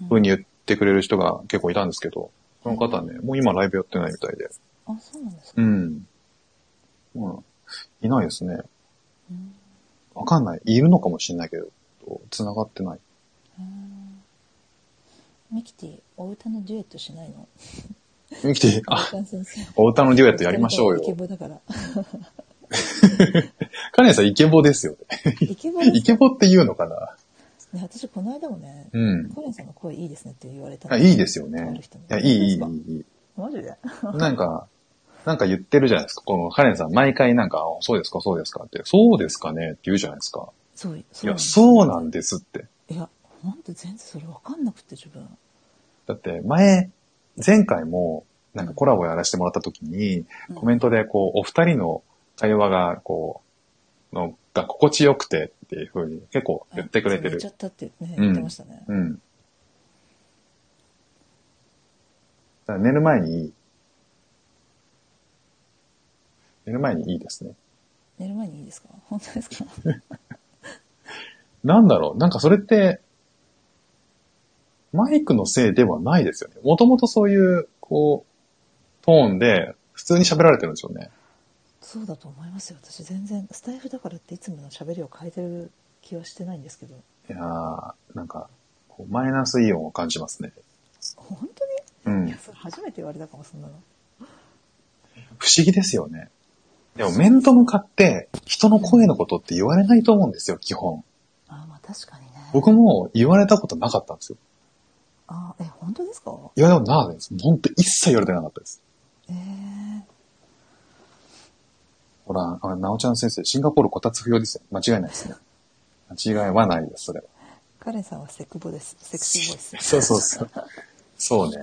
風に言ってくれる人が結構いたんですけど、その方ね、もう今ライブやってないみたいで。
た。あ、そうなんですか、
うん。まあ、いないですね。わかんない。いるのかもしれないけど、繋がってない。
ミキティ、お歌のデュエットしないの
ミキティ、
あ
あ、
先生。
お歌のデュエットやりましょう
イケ
よ。
ボ だから。
カネさんイケボですよね。
イケボです
イケボって言うのかな
ね、私、この間もね、
うん。
コレンさんの声いいですねって言われた
あ
の
いいですよ
あ
ね
る人に。
いや、いい、いい、いい
本当で
いい。
すかマジで
なんか、なんか言ってるじゃないですか。このカレンさん、毎回なんか、あそうですか、そうですかって、そうですかねって言うじゃないですか。
そう、
い
そうなん
や、
です
そうなんですって。
いや、ほんと全然それわかんなくて、自分。
だって、前、前回も、なんかコラボやらせてもらった時に、コメントで、こう、お二人の会話が、こう、のが心地よくてっていう風に結構言ってくれて
寝
る
ちゃ。ったってね、
うん
言ってましたね。
うん。だから寝る前にいい。寝る前にいいですね。
寝る前にいいですか本当ですか
なんだろう、なんかそれって、マイクのせいではないですよね。もともとそういう、こう、トーンで、普通に喋られてるんですよね。
そうだと思いますよ。私、全然、スタイフだからっていつもの喋りを変えてる気はしてないんですけど。
いやー、なんか、こうマイナスイオンを感じますね。
本
う
当にい
ん
や、。それ初めて言われたかも、そんなの。
不思議ですよね。でも、面と向かって、人の声のことって言われないと思うんですよ、基本。
あーまあ確かにね。
僕も言われたことなかったんですよ。
あーえ、本当ですか
言われたことなかったです。本当一切言われてなかったです。
ええ
ほら、あなおちゃん先生、シンガポールこたつ不要ですよ。間違いないですね。間違いはないです、それは。
カレンさんはセクボです。セクシーボイス。
そうそうそう。そうね。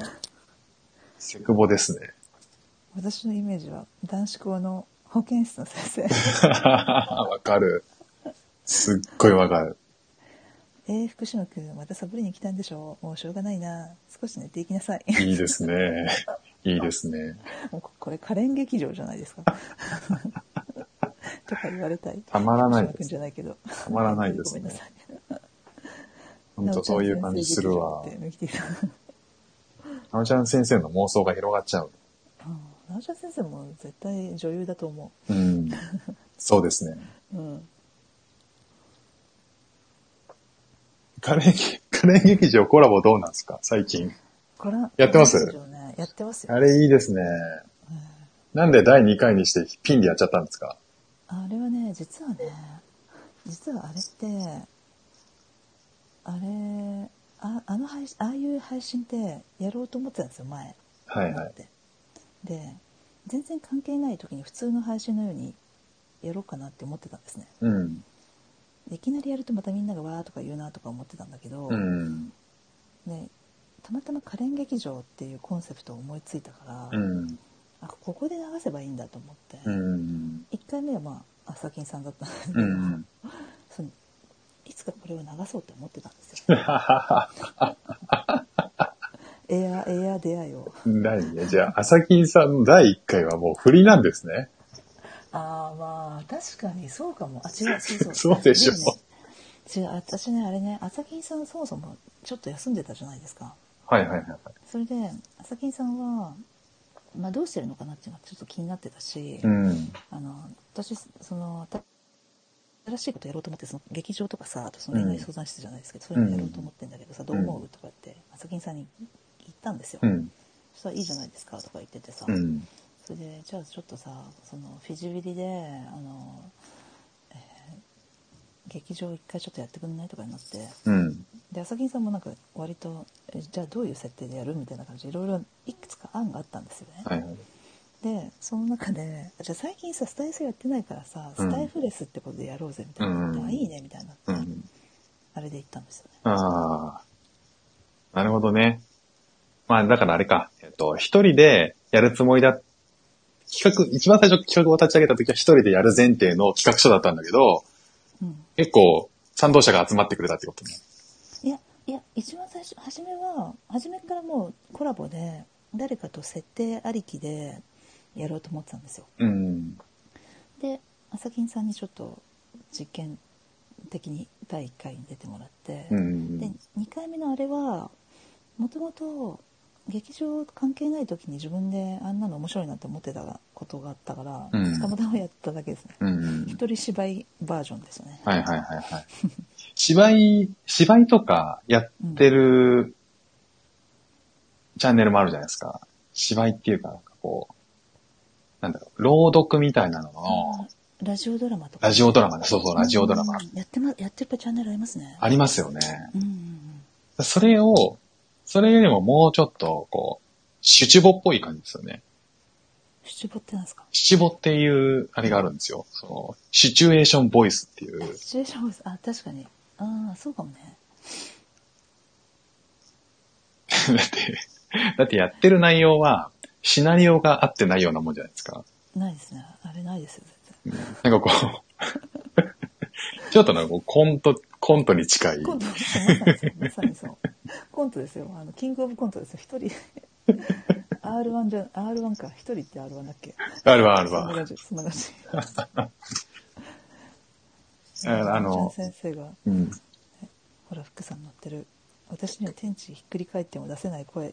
セクボですね。
私のイメージは男子校の保健室の先生
わかる。すっごいわかる。
えー、福島くんまたサボりに来たんでしょもうしょうがないな少し寝ていきなさい
いいですね。いいですね。
もうここれカレン劇場じゃないです か とか言われたい
たまらない
福島くんじゃないけど
たまらないです
ごめんな
ね
さ。い
ほんとそういう感じするわ
なお。ちゃん先生劇場って抜きてた
あのちゃん先生の妄想が広がっちゃう。
うんなおちゃん先生も絶対女優だと思
うん。そうですね。
ううん
カレン、カレン劇場コラボどうなんですか最近。
これは
やってます
カレン劇場ねやってますよ
あれいいですね。なんで第2回にしてピンでやっちゃったんですか
あれはね実はね実はあれってあれああの配信ああいう配信ってやろうと思ってたんですよ前
はい
思
は
っ
い。
てで全然関係ない時に普通の配信のようにやろうかなって思ってたんですね
うん。
でいきなりやるとまたみんながわーとか言うなとか思ってたんだけど、
うん。
ねたまたま「可憐劇場」っていうコンセプトを思いついたか
う
ら、
ん。
あここで流せばいいんだと思って、
うん。
1回目はまあ朝金さんだったんですけど、
うん。
そのいつかこれを流そうって思ってたんです よ。エアエア出会いを。
ないね。じゃあ、朝金さんの第1回はもう振りなんですね。
ああまあ確かにそうかも。あ違うそうそう。
そうでしょ
ね違う私ねあれね朝金さんそもそもちょっと休んでたじゃないですか。
はいはいはいはい。
それで朝金さんはまあどうしてるのかなっていうのがちょっと気になってたし、
うん。
あの私そのた新しいことやろうと思ってその劇場とかさあとその恋愛相談室じゃないですけど、そういうのやろうと思ってんだけどさ、どう思うとかって朝金さんに言ったんですよ。
うん。
そしたらいいじゃないですかとか言っててさ、
うん。
それでじゃあちょっとさそのフィジビリであの、えー劇場一回ちょっとやってくんないとかになって
うん。
で朝金さんもなんか割とえじゃあどういう設定でやるみたいな感じでいろいろいくつか案があったんですよね、
はいはい。
でその中でじゃあ最近さスタイフやってないからさスタイフレスってことでやろうぜみたいな、
うん
あいいねみたいな、
うん。
あれで行ったんですよね
ああ。なるほどね。まあ、だからあれか。えっと、一人でやるつもりだ。企画、一番最初企画を立ち上げた時は一人でやる前提の企画書だったんだけど、
うん
結構、賛同者が集まってくれたってことね。
いやいや一番最初初めは初めからもうコラボで誰かと設定ありきでやろうと思ってたんですよ
うん。
で朝金さんにちょっと実験的に第1回に出てもらって、
うん。
で2回目のあれはもともと劇場関係ない時に自分であんなの面白いなって思ってたことがあったから、
うん
たまたまやっただけですね、
うん。
一人芝居バージョンですよね
はいはいはいはい。芝居、芝居とかやってるチャンネルもあるじゃないですか。芝居っていうか、なんかこう、なんだろう、朗読みたいなのの、
ラジオドラマとか
ラジオドラマね、そうそう、ラジオドラマ
う。んやってまやってるチャンネルありますね
ありますよね。
うんうんうん
それを、それよりももうちょっと、こう、七五っぽい感じですよね。
七五ってなんですか
七五っていう、あれがあるんですよ。その、シチュエーションボイスっていう。
シチュエーションボイスあ確かにああそうかもね
だって、だってやってる内容は、シナリオが合ってないようなもんじゃないですか。
ないですねあれないですよ絶
なんかこう、ちょっとなんかこうコント、コントに近い。
対コントですよまさにそうまさにそうコントですよあのキングオブコントですよ一人 R1 じゃ R1 か一人って R1 だっけ
あるわ、ある
そんな
わ。
感じそんな感じ
あの、
先生が
うん。
ほら福さん乗ってる私には天地ひっくり返っても出せない声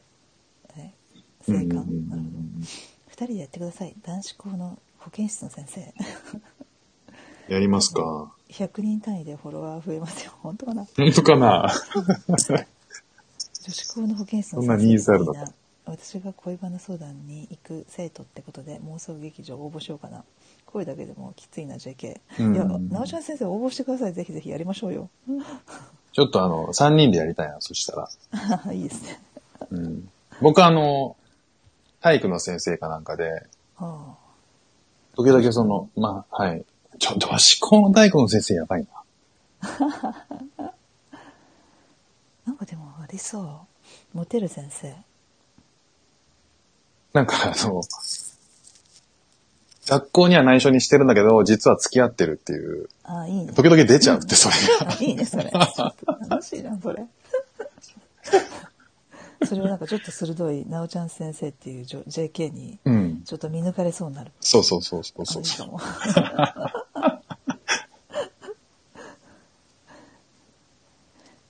え
う
生
ん
還なるほど2人でやってください男子校の保健室の先生
やりますか。
100人単位でフォロワー増えますよ本当かな
本当かな
女子校の保健室の
そんなニーズあるのか
いいな私が恋バナ相談に行く生徒ってことで妄想劇場応募しようかな声だけでもきついな JK、
うん
いや直島先生応募してくださいぜひぜひやりましょうよ
ちょっとあの、3人でやりたいな、そしたら。
いいですね
うん。僕あの、体育の先生かなんかで、
あ
時々その、まあ、はい。ちょっと、わしこの体育の先生やばいな。
でもありそうモテる先生
なんか、あの、学校には内緒にしてるんだけど、実は付き合ってるっていう、
あいいね
時々出ちゃうって、それが。
あいいねそれ楽しいなそれ それをなんかちょっと鋭いなおちゃん先生っていうじょ JK に
うん。
ちょっと見抜かれそうになる
そうそうそうそうそう
あいいかも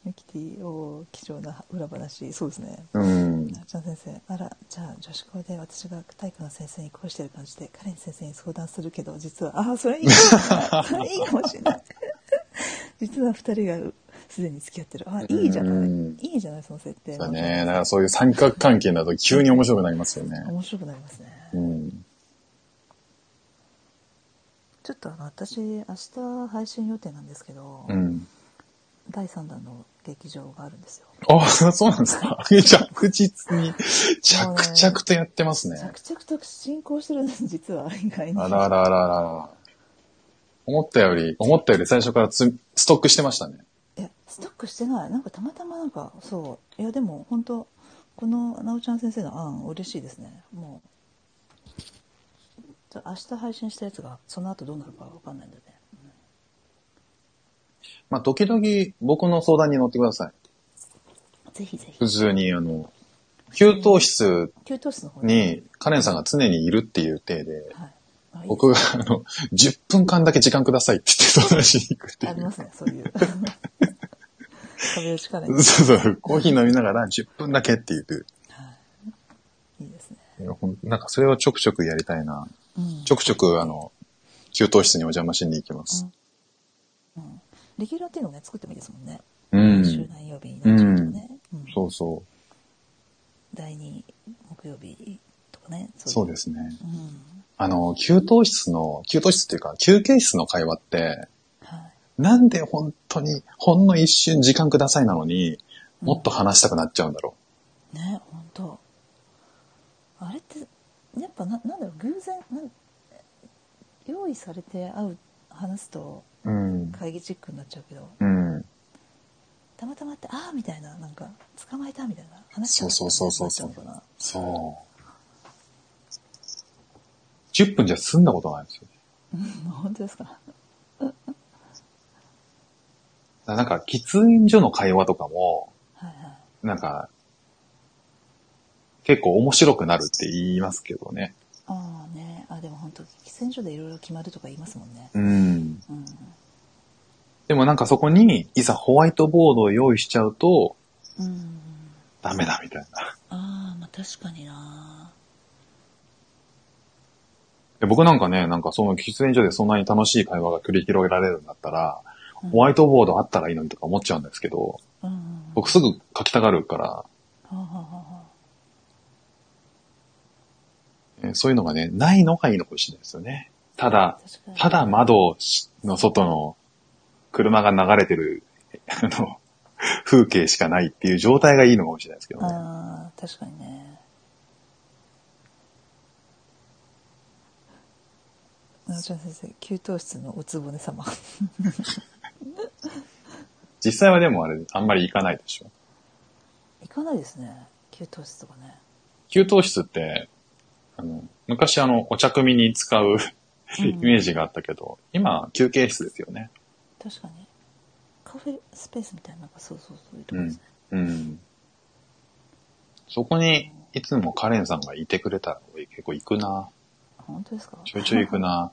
ミキティを貴重な裏話そうですね
うん。
なおちゃん先生あらじゃあ女子校で私が体育の先生に恋してる感じでカレン先生に相談するけど実はああそれい いかもそれいいかもしれない実は2人がすでに付き合ってるあいいじゃな
う
い
ん
いいじゃないその設定
だね。だからそういう三角関係だと急に面白くなりますよね。
面白くなりますね
うん。
ちょっとあの私明日配信予定なんですけど、
うん。
第3弾の劇場があるんですよ
あ、そうなんですか。着実に、着々とやってますね。
着々と進行してるんです 実は意外に
あらあらあらあら。思ったより、思ったより最初からつストックしてましたね。
いやストックしてないなんかたまたまなんかそういやでも本当このなおちゃん先生の案嬉しいですねもうじゃあ明日配信したやつがその後どうなるかわかんないんだよね
まあ、時々僕の相談に乗ってください。
ぜひぜひ
普通に、あの、給湯室
給湯室の方で、
にカレンさんが常にいるっていう体で、
はいあいいですね
僕が、あの、10分間だけ時間くださいって言って相談しに行くってい
あり
う
ま。すね そういう壁打ちからに
そうそう、コーヒー飲みながら10分だけっていう。
いいですね
いやほんなんかそれをちょくちょくやりたいな。
うん
ちょくちょく、あの、給湯室にお邪魔しに行きます。
うんレギュラーっていうのもね作ってもいいですもんね、
うん。
週何曜日になっちゃうとかね、うん
そうそ
第2木曜日とかね
う。そう
い
ですね。
うん
あの、給湯室の、給湯室っていうか、休憩室の会話って、
はい
なんで本当に、ほんの一瞬時間くださいなのに、もっと話したくなっちゃうんだろ
ね本当あれってやっぱななんだろう偶然なん用意されて会う話すと
う。うん。
会議チックになっちゃうけど
うん。
たまたま会ってああみたいななんか捕まえたみたいな話
そうそうそうそうそう
なっちゃのかな
そう。10分じゃ済んだことないんですよ。
うん 本当ですか
だからなんか、喫煙所の会話とかも、
はいはい
なんか、結構面白くなるって言いますけどね。
ああねあでも本当喫煙所でいろいろ決まるとか言いますもんね
うん。
うん
でもなんかそこに、いざホワイトボードを用意しちゃうと、
うん
ダメだみたいな。
ああまあ確かにな
で僕なんかね、なんかその喫煙所でそんなに楽しい会話が繰り広げられるんだったら、
うん
ホワイトボードあったらいいのにとか思っちゃうんですけど、
うんうん
僕すぐ書きたがるから、
はあはあはあはあ
えーそういうのがね、ないのがいいのかもしれないですよね。ただ、
確かに
ただ窓の外の車が流れてる、あの、風景しかないっていう状態がいいのかもしれないですけどね。
ああ確かにねなおちゃん先生給湯室のおつぼね様
実際はでもあれ、あんまり行かないでしょ。
行かないですね給湯室とかね
給湯室って、あの、昔あの、お茶組に使う
うん
イメージがあったけど、今、休憩室ですよね。
確かにカフェスペースみたいななんかそうそうそういうとこですね、
うん。そこに、いつもカレンさんがいてくれたら、俺結構行くな。
本当ですか
ちょいちょい行く な。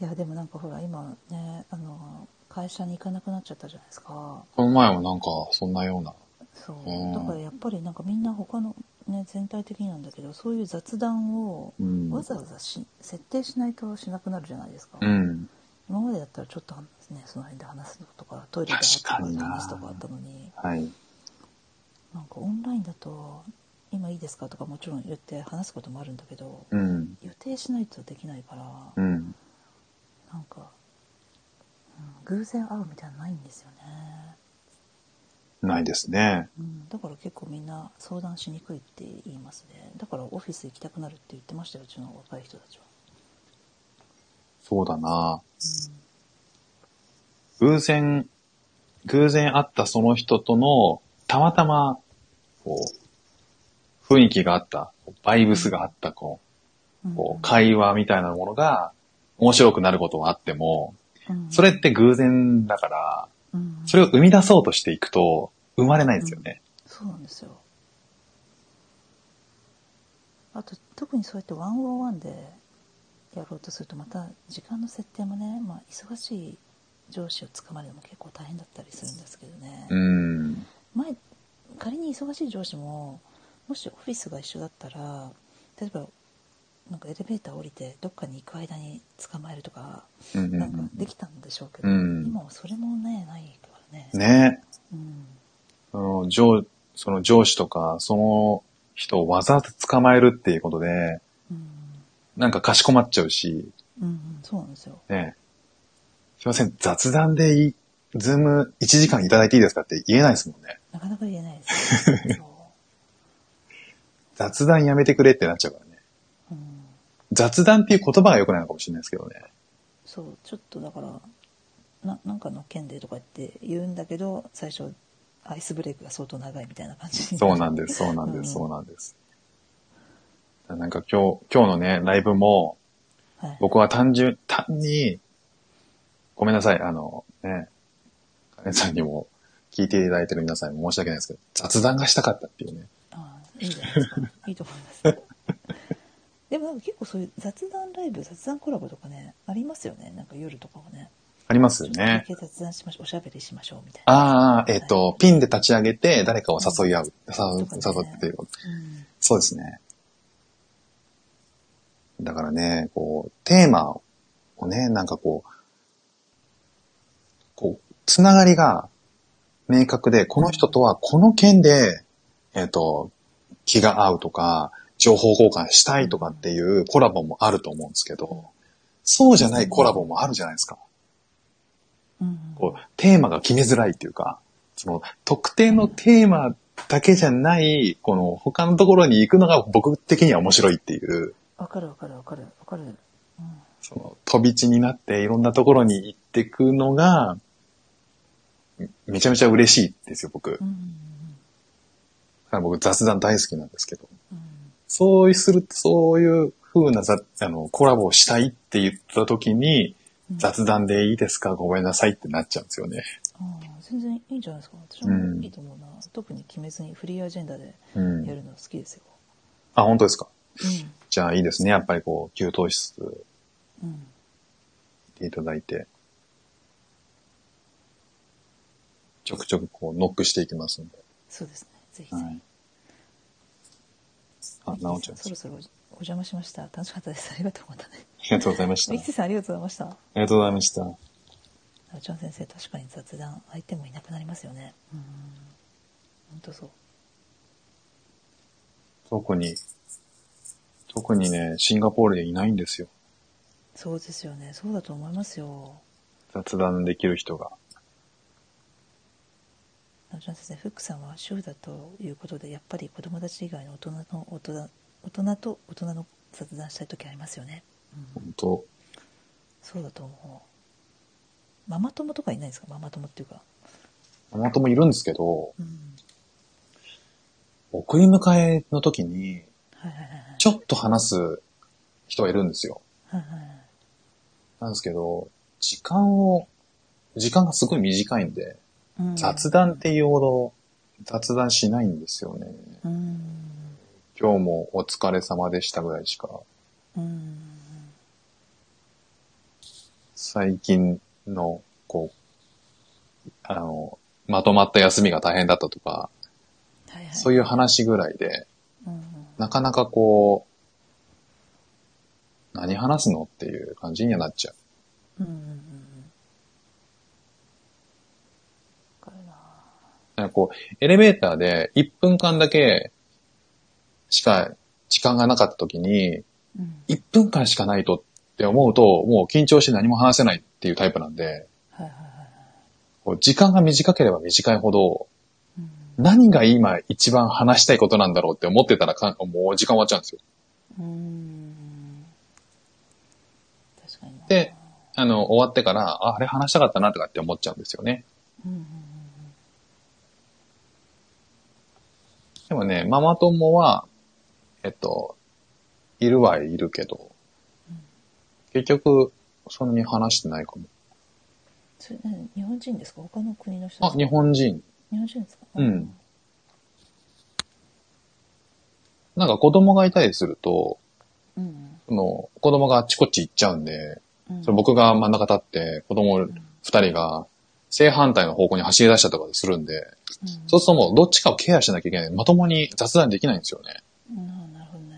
いやでもなんかほら今ねあの会社に行かなくなっちゃったじゃないですか
この前もなんか、そんなような。
そう
うん
だからやっぱりなんかみんな他のね全体的になんだけどそういう雑談を
うん
わざわざし設定しないとしなくなるじゃないですか、
うん。
今までだったらちょっとねその辺で話すのとかトイレで話すと
確かにな
とかあったのに
はい。
なんかオンラインだと「今いいですか?」とかもちろん言って話すこともあるんだけど
うん。
予定しないとできないか
う
ら
ん。
なんか、うん、偶然会うみたいなのないんですよね、
ないですね。
うん、だから結構みんな相談しにくいって言いますねだからオフィス行きたくなるって言ってましたようちの若い人たちは、
そうだな。偶然偶然会ったその人との、たまたま、こう、雰囲気があった、バイブスがあった、こ
うん
う、こう会話みたいなものが、面白くなることはあっても、それって偶然だから、
うん
それを生み出そうとしていくと、生まれないですよね。
そうなんですよあと特にそうやってワンオンワンでやろうとするとまた時間の設定もね、まあ、忙しい上司をつかまれるのも結構大変だったりするんですけどね、
うん。
前仮に忙しい上司ももしオフィスが一緒だったら例えばなんかエレベーター降りてどっかに行く間に捕まえるとか
うんうん
な
うん
か
ん
できたんでしょうけど、
うん
今はそれもねないからね
ね
うん
その上、その上司とか、その人をわざわざ捕まえるっていうことで、
うん
なんかかしこまっちゃうし、
うんうん、そうなんですよ
ね。すいません、雑談でいい、ズーム1時間いただいていいですかって言えないですもんね。
なかなか言えないです、 ね、そ
雑談やめてくれってなっちゃうからね。
う、うん、
雑談っていう言葉が良くないのかもしれないですけどね。
そうちょっとだからななんかの件でとかって言うんだけど最初アイスブレイクが相当長いみたいな感じに
そう
な
なんです、そうなん
う
で
ん
す、そうなんです。なんか今日、今日のね、ライブも、
はい、
僕は単純、単に、ごめんなさい、あの、ね、カレンさんにも聞いていただいてる皆さんにも申し訳ないですけど、雑談がしたかったっていうね。
ああいいじゃないですかいいと思います でもなんか結構そういう雑談ライブ雑談コラボとかねありますよねなんか夜とかはね
ありますよ
ちょっとだ
ね。
け雑談しましょうおしゃべりしましょうみたいな
ああ、えっ、と、ピンで立ち上げて誰かを誘い合う、誘う
そうだね
誘っていうこと。
うん
そうですね。だからね、こう、テーマをね、なんかこう、こう、つながりが明確で、この人とはこの件で、えっ、と、気が合うとか、情報交換したいとかっていうコラボもあると思うんですけど、そうじゃないコラボもあるじゃないですか。
うん
こう、テーマが決めづらいっていうか、その、特定のテーマだけじゃない、この、他のところに行くのが僕的には面白いっていう、
わかるわかるわかるわかる、うん、
その、飛び地になっていろんなところに行ってくのが、めめちゃめちゃ嬉しいですよ、僕。だ
うん
から僕、雑談大好きなんですけど。
うんうん
そういうする、そういう風なざ、あの、コラボをしたいって言った時に、
うん
雑談でいいですかごめんなさいってなっちゃうんですよね。
ああ全然いいんじゃないですか私
う
も
ん
いいと思うな、特に決めずにフリーアジェンダで
う
や
ん。
るの好きですよ
あ、本当ですかじゃあいいですね。やっぱりこう、給湯室
うん、う
っ
ん、
ていただいて、ちょくちょくこうノックしていきますんで。
そうですねぜひぜひ、
はい。あ、なおちゃんで
そ
す。
ろそろおお邪魔しました楽しかったですありがとうございまし
ありがとうございましたた。あ
三木さんありがとうございました
りがとうございました。
あジョン先生確かに雑談相手もいなくなりますよねうん本当そう
特に、特にね、シンガポールでいないんですよ。
そうですよねそうだと思いますよ
雑談できる人が。
あジョン先生フックさんは主婦だということでやっぱり子供たち以外の大人の大人大人と大人の雑談したい時ありますよね、うん、
本当
そうだと思うママ友とかいないですかママ友っていうか
ママ友いるんですけど、
うん
送り迎えの時に、
はいはいはいはい
ちょっと話す人がいるんですよ。
はいはいはい
なんですけど、時間を、時間がすごい短いんで、
うん
雑談っていうほど雑談しないんですよね。
うん
今日もお疲れ様でしたぐらいしか、
うん
最近の、こう、あの、まとまった休みが大変だったとか、
はいはい
そういう話ぐらいで、
うんうん
なかなかこう、何話すのっていう感じにはなっちゃう。
うんうんうんうんわかるな
なんかこう、エレベーターで1分間だけしか時間がなかった時に、
うん
1分間しかないとって思うと、もう緊張して何も話せないっていうタイプなんで、
はいはいはい
こう時間が短ければ短いほど、
はい
何が今一番話したいことなんだろうって思ってたらかもう時間終わっちゃうんですよ。
うんうん確かにな
であの、終わってから、ああれ話したかったなとかって思っちゃうんですよね。
うんうんうん
でもね、ママ友は、えっと、いるはいるけど、
うん
結局、そんなに話してないかも。
それ何日本人ですか他の国の人で
あ、
すか
日本人。
日本人ですか
うんなんか子供がいたりすると、
うん
その子供があっちこっち行っちゃうんで、
うん
その僕が真ん中立って、子供
うん
二人が正反対の方向に走り出したりとかするんで、
うん
そうするともうどっちかをケアしなきゃいけない。まともに雑談できないんですよね。
ななるほどね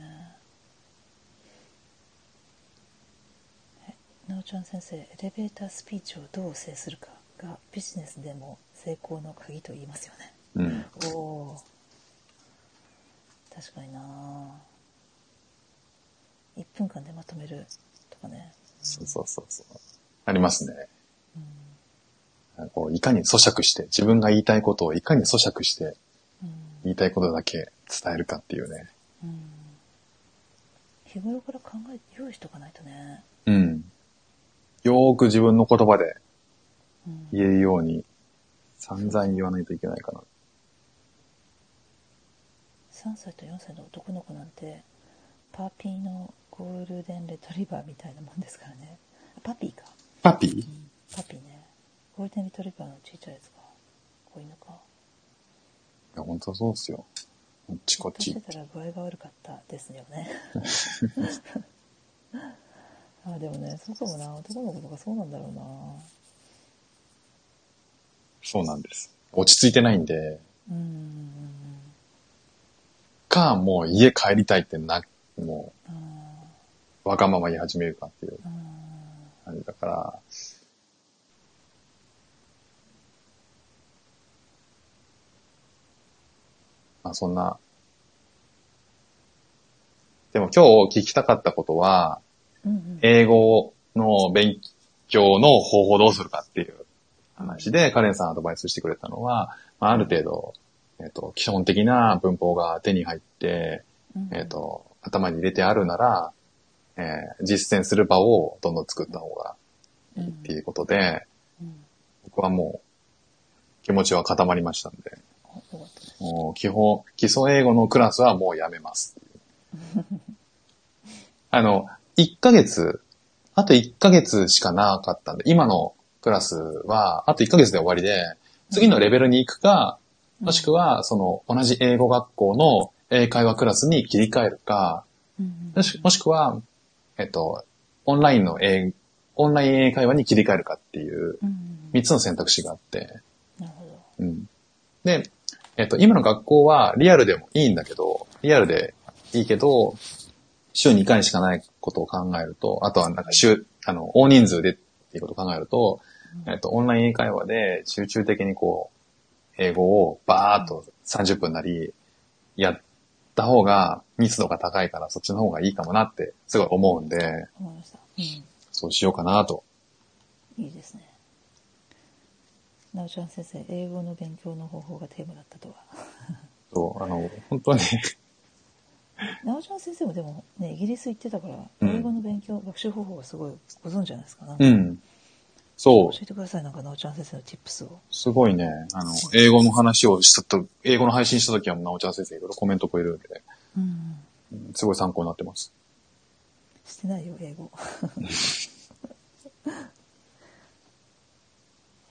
えなおちゃん先生エレベータースピーチをどう制するかがビジネスでも成功の鍵と言いますよね
うん。
おおー確かにな1分間でまとめるとかね
そうそうそうそう。ありますね。こういかに咀嚼して、自分が言いたいことをいかに咀嚼して、
うん
言いたいことだけ伝えるかっていうね。
うん日頃から考え用意しとかないとね
うん。よーく自分の言葉で
うん
言えるように、散々言わないといけないかな。
3歳と4歳の男の子なんてパーピーのゴールデンレトリバーみたいなもんですからねあパピーか、
パピー
パピーねゴールデンレトリバーのちっちゃいやつか子犬か
いや、本当そうっすよ。こっちこっ
じ
ち
っと。してたら具合が悪かったですよね あでもねそうかもな男の子とかそうなんだろうな
そうなんです。落ち着いてないんで、
うんうんうん
か、もう家帰りたいってな、も
あー
う、わがまま言い始めるかっていう
あー
感じだから、まあ、そんな、でも今日聞きたかったことは、
うんうん
英語の勉強の方法をどうするかっていう話で、カレンさんアドバイスしてくれたのは、まあ、ある程度、えっ、と、基本的な文法が手に入って、
うんうん
えっ、と、頭に入れてあるなら、えー実践する場をどんどん作った方がいいっていうことで、
うん
僕はもう気持ちは固まりましたんで、
あよかったです
もう基本、基礎英語のクラスはもうやめますっていう。あの、1ヶ月、あと1ヶ月しかなかったんで、今のクラスは、あと1ヶ月で終わりで、次のレベルに行くか、もしくは、その、同じ英語学校の英会話クラスに切り替えるか、
うんうん
もしもしくは、えっと、オンラインの英、オンライン英会話に切り替えるかっていう、
うんうん
3つの選択肢があって、
なるほど
うん。で、えっと、今の学校はリアルでもいいんだけど、リアルでいいけど、週2回しかないことを考えると、あとはなんか週、あの、大人数でっていうことを考えると、えっと、オンライン英会話で集中的にこう、英語をバーっと30分なり、やった方が密度が高いからそっちの方がいいかもなってすごい思うんで、
思いました、うん
そうしようかなと。
いいですね。なおちゃん先生、英語の勉強の方法がテーマだったとは。
そう、あの、本当に、
なおちゃん先生もでもね、イギリス行ってたから、
うん
英語の勉強、学習方法がすごいご存知じゃないですか。なんか
うん。そう
教、えてください、なんかなおちゃん先生の tips を。
すごいね、あの、英語の話をしたと、英語の配信した時はもうなおちゃん先生いろいろコメントくれるんで、
うん。
うんすごい参考になってます。
してないよ、 英語。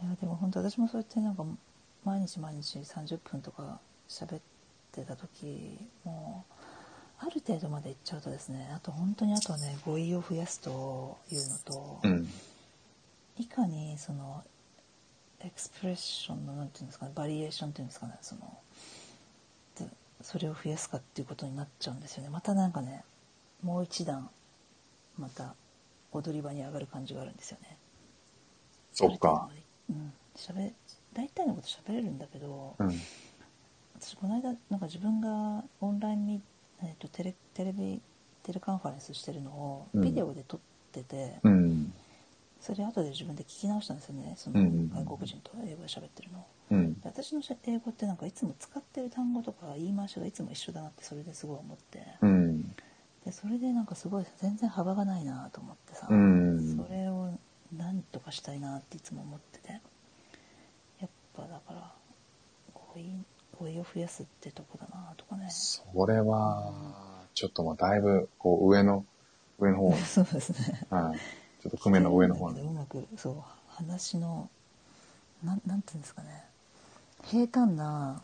いや、でも本当私もそうやってなんか、毎日毎日30分とか喋ってた時、もう、ある程度まで行っちゃうとですね、あと本当にあとはね、語彙を増やすというのと、
うん。
いかにそのエクスプレッションのなんていうんですかねバリエーションっていうんですかねそのでそれを増やすかっていうことになっちゃうんですよねまたなんかねもう一段また踊り場に上がる感じがあるんですよね
そっか。
うん喋大体のこと喋れるんだけど、
うん。
私この間なんか自分がオンラインに、えっとテレテレビテレカンファレンスしてるのを
うん
ビデオで撮ってて、
うん。
それ後で自分で聞き直したんですよねその
うんうんうん
外国人と英語で喋ってるのを
うん
で。私のしゃ英語ってなんかいつも使ってる単語とか言い回しがいつも一緒だなってそれですごい思って
うん。
でそれでなんかすごい全然幅がないなと思ってさ、
うん
それをなんとかしたいなっていつも思っててやっぱだから語彙声を増やすってとこだなとかね。
それは、ちょっとまあだいぶ、こう上の、上の方、
そうですね。
はい。ちょっと譜面の上の方
だけ
に
どうまくそう話のなんなんていうんですかね平坦な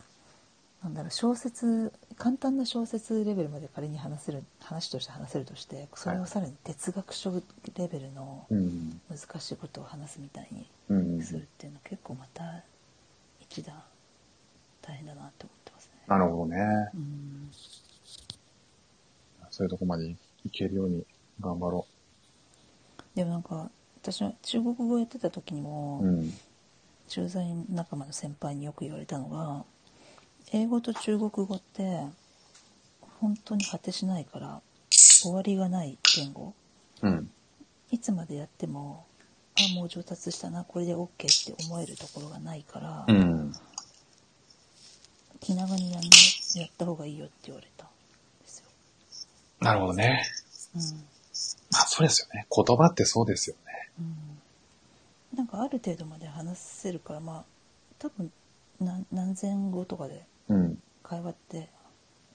なんだろう小説簡単な小説レベルまで仮に話せる話として話せるとしてそれをさらに哲学書レベルの
うん。
難しいことを話すみたいに
うん。
するっていうのは結構また一段大変だなって思ってますね。
なるほどね。
うん
そういうとこまでいけるように頑張ろ
でもなんか私は中国語やってた時にも、
う。うん。
駐在仲間の先輩によく言われたのが英語と中国語って本当に果てしないから終わりがない言語
うん。
いつまでやってもあもう上達したなこれで OK って思えるところがないから、
うん。
気長にやんなやった方がいいよって言われたんですよ。
なるほどね。まあそうですよね。言葉ってそうですよね。
うんうん、なんかある程度まで話せるからまあ多分何何千語とかで
うん。
会話って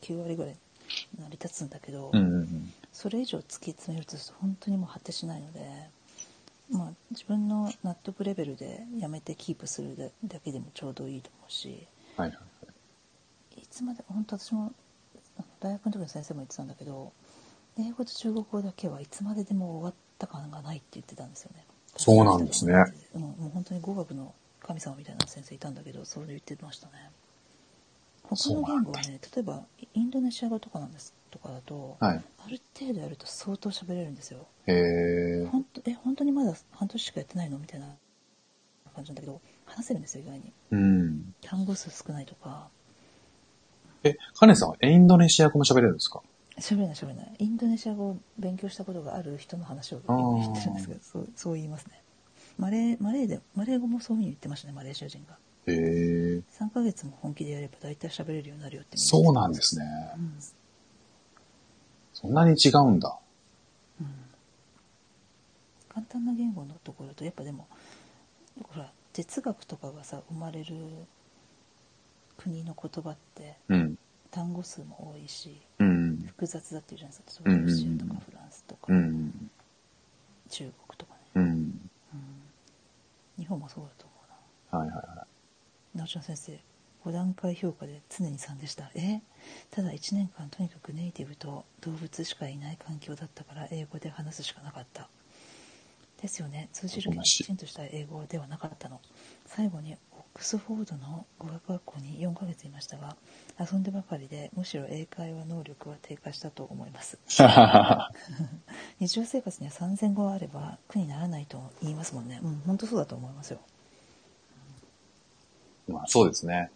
9割ぐらい成り立つんだけど。
うんうん
それ以上突き詰めると本当にもう果てしないので、まあ、自分の納得レベルでやめてキープするだけでもちょうどいいと思うし
うん。はいはい。
いつまで本当私もあの大学の時の先生も言ってたんだけど英語と中国語だけはいつまででも終わった感がないって言ってたんですよね。
そうなんですね
うん、もう本当に語学の神様みたいな先生いたんだけどそれで言ってましたね。他の言語はね例えばインドネシア語とかなんですとかだと、
はい。
ある程度やると相当喋れるんですよ。
へえ。
本当え本当にまだ半年しかやってないのみたいな感じなんだけど話せるんですよ意外に
うん。
単語数少ないとか
え、カネさんはインドネシア語も喋れるんですか
喋れない喋れないインドネシア語を勉強したことがある人の話を
あー
言ってるんですけどそうそう言いますねマレーマレーでマレー語もそういうふうに言ってましたねマレーシア人が
へえ。
3ヶ月も本気でやれば大体喋れるようになるよってみんな
そうなんですね。
うん
そんなに違うんだ。
うん簡単な言語のところとやっぱでもほら哲学とかがさ生まれる国の言葉って
うん。
単語数も多いし
うん。
複雑だっていうじゃないですか
う
例
ん
え
うんうん
ばロシアとかフランスとか、
うん。
中国とかね、
うん。
うん日本もそうだと思
はいはいは
うな直島先生5段階評価で常に3でしたえただ1年間とにかくネイティブと動物しかいない環境だったから英語で話すしかなかったですよね通じるけど
同
き
じ
ちんとした英語ではなかったの最後にオックスフォードの語学学校に4ヶ月いましたが遊んでばかりでむしろ英会話能力は低下したと思います
い。
日常生活には3000語あれば苦にならないと言いますもんねうん本当そうだと思いますよ、
まあそうですね。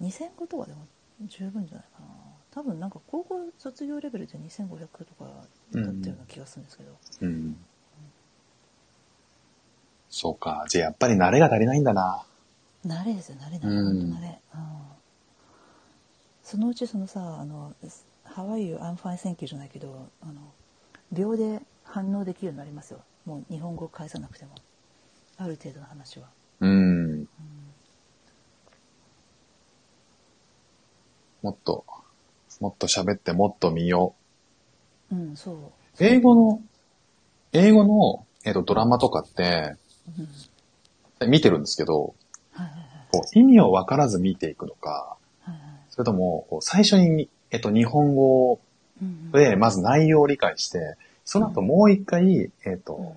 うん、2000語とかでも十分じゃないかな多分なんか高校卒業レベルで2500とかだったような気がするんですけど、
うん。そうか。じゃあやっぱり慣れが足りないんだな。
慣れですよ慣れ慣れ、
うん
本当慣れ、うん、そのうちそのさあの「How are you? I'm fine, thank you」じゃないけどあの秒で反応できるようになりますよもう日本語を返さなくてもある程度の話は
うん。もっと、もっと喋ってもっと見よ
うんそう、
う。英語の、英語の、えっと、ドラマとかって、
うん、
見てるんですけど、
はいはいはい
こう意味を分からず見ていくのか、
はいはい
それとも、こう最初に、えっと、日本語
うんうん
で、まず内容を理解して、その後もう一回、えっと、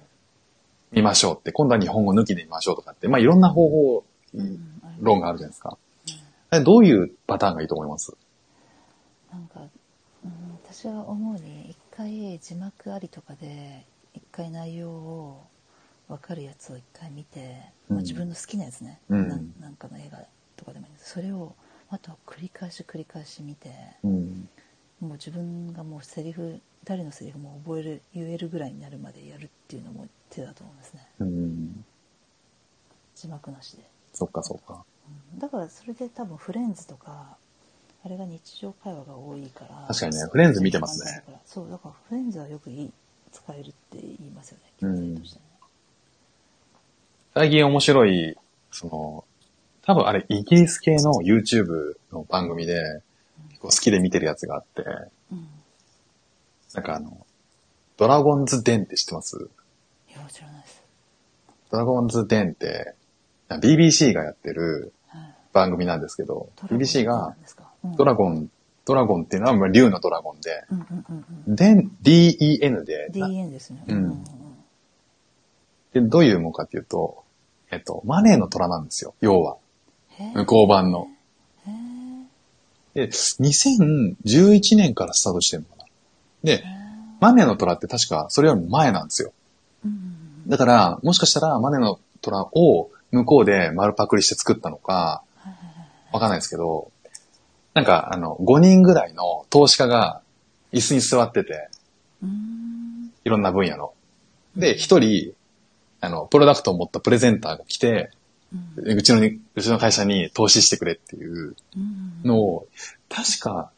見ましょうって、今度は日本語抜きで見ましょうとかって、まあ、いろんな方法、
うん
論があるじゃないですか。えどういうパターンがいいと思います
なんか、うん、私は思うに一回字幕ありとかで一回内容を分かるやつを一回見て、
う
ま
ん
あ、自分の好きなやつね、
うん
なんなんかの映画とかでもいいんですそれをあとは繰り返し繰り返し見て
うん。
もう自分がもうセリフ誰のセリフも覚える言えるぐらいになるまでやるっていうのも手だと思いますね
うん。
字幕なしで。
そっかそっか。
うんだからそれで多分フレンズとかあれが日常会話が多いから
確かにねフレンズ見てますね
そうだからフレンズはよくいい使えるって言いますよね
う
教
ん
材としてね、
最近面白い、その、多分あれ、イギリス系の YouTube の番組で、結構好きで見てるやつがあって、
うん。
なんかあの、ドラゴンズデンって知ってます
いや、知らないです。
ドラゴンズデンって、BBC がやってる
はい。
番組なんですけど、BBC が、ド
ドラ
ラゴン、ドラゴンっていうのはまあ竜のドラゴンで、
ゴンって何ですか。うんうんうんうん。
DEN、DEN で、な
DN ですね。
うん
うんうん
でどういうものかっていうと、えっと、マネーの虎なんですよ、要は。
へー
向こう版の。
へー
で、2011年からスタートしてるのかな。で
へ、ー
マネーの虎って確かそれよりも前なんですよ。
うんうんうん
だから、もしかしたらマネーの虎を向こうで丸パクリして作ったのか、
はいはいはい
わかんないですけど、なんか、あの、5人ぐらいの投資家が椅子に座ってて、
うーん
いろんな分野の。で、一人、あの、プロダクトを持ったプレゼンターが来て、
うんうん
うちのに、うちの会社に投資してくれっていう
うん
のを、確か、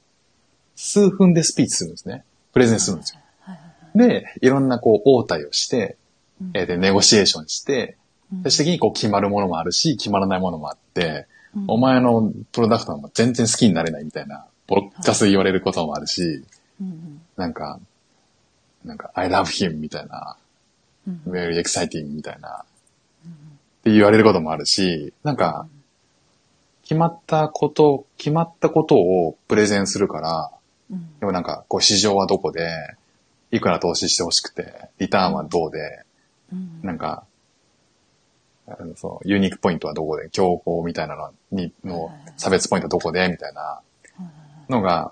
数分でスピーチするんですね。プレゼンするんですよ。
はいはいはい
で、いろんなこう、応対をして、
うん
えーで、ネゴシエーションして、
うん
最終的にこう、決まるものもあるし、決まらないものもあって、
うん
お前のプロダクトは全然好きになれないみたいな、ボロッカス言われることもあるし、
うんうん
なんか、なんか、I love him みたいな、
うんうん
very exciting みたいな、って言われることもあるし、なんか、決まったこと、決まったことをプレゼンするから、
うん
でもなんか、こう、市場はどこで、いくら投資してほしくて、リターンはどうで、
うん
なんか、あのそう、ユニークポイントはどこで、競合みたいなのに、の差別ポイントはどこで、みたいなのが、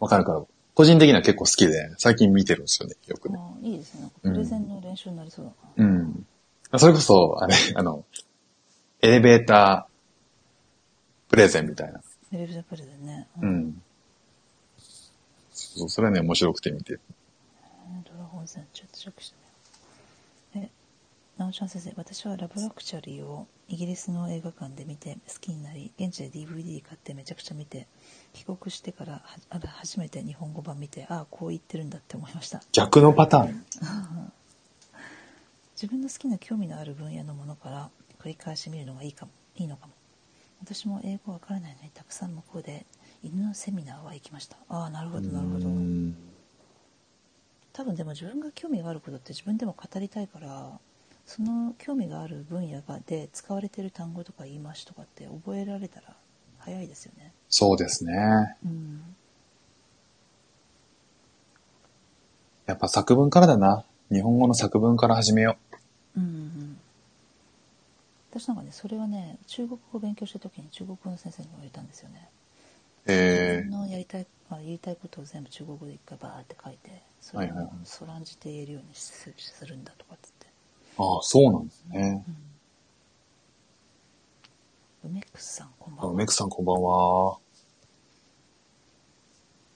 わかるから、個人的には結構好きで、最近見てるんですよね、よくね。
あいいですね。なんかプレゼンの練習になりそうだな。
うん。それこそ、あれ、 あの、エレベータープレゼンみたいな。
エレベータープレゼンね。
う
うん
ん。そう、それはね、面白くて見てる。
ドラゴンズデンちょっとチェックしてみよう。え、なおちゃん先生、私はラブラクチャリーをイギリスの映画館で見て好きになり、現地で DVD 買ってめちゃくちゃ見て、帰国してからはあら初めて日本語版見て、ああ、こう言ってるんだって思いました。
逆のパターン。
自分の好きな興味のある分野のものから繰り返し見るのがいいかもいいのかも私も英語わからないのにたくさん向こうで犬のセミナーは行きましたああなるほどなるほど
うん
多分でも自分が興味があることって自分でも語りたいからその興味がある分野がで使われてる単語とか言い回しとかって覚えられたら早いですよね
そうですね。
うん
やっぱ作文からだな。日本語の作文から始めよ
うんうん私なんかねそれはね中国語を勉強した時に中国語の先生にも言ったんですよね、
う。え
自分のやりたい、まあ、言いたいことを全部中国語で一回バーって書いてそれ
はいはい
を
はい
そらんじて言えるようにすするんだとかっつって
ー、ああ、そうなんですね。
梅クスさんこんば
あ
んは
メクさんこんばんは。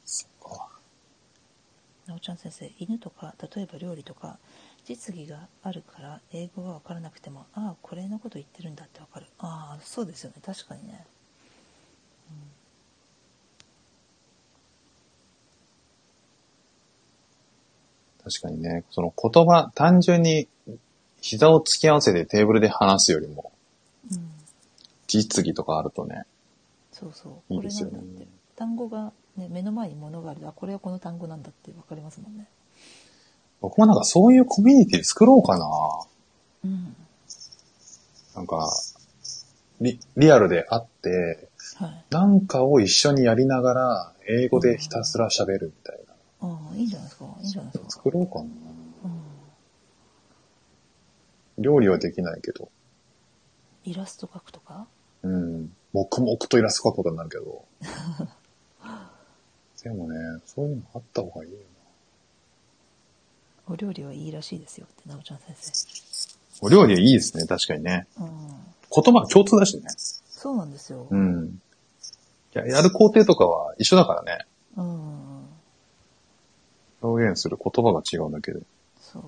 そっか。
なおちゃん先生犬とか例えば料理とか実技があるから英語が分からなくてもああこれのこと言ってるんだって分かるああそうですよね確かにね、
確かにね、その言葉、単純に膝を突き合わせてテーブルで話すよりも、
うん、
実技とかあるとね、
そうそう
いい
こ
で
れ
す
な
よ
ん
ね
だって単語が、ね、目の前に物があるあこれはこの単語なんだって分かりますもんね
僕もなんかそういうコミュニティ作ろうかな。
うん
なんか、リリアルで会って、
はい
なんかを一緒にやりながら、英語でひたすら喋るみたいな。
ああいいんじゃないですかいいんじゃないですか
作ろうかな。
うん
料理はできないけど。
イラスト描くとか
うん。黙々とイラスト描くことになるけど。 でもね、そういうのあった方がいいよな。
お料理はいいらしいですよってなおちゃん先生
お料理いいですね、確かにね。
うん
言葉は共通だしね。
そうなんですよ
うん。ややる工程とかは一緒だからね。
うん、
表現する言葉が違うだけで。
そう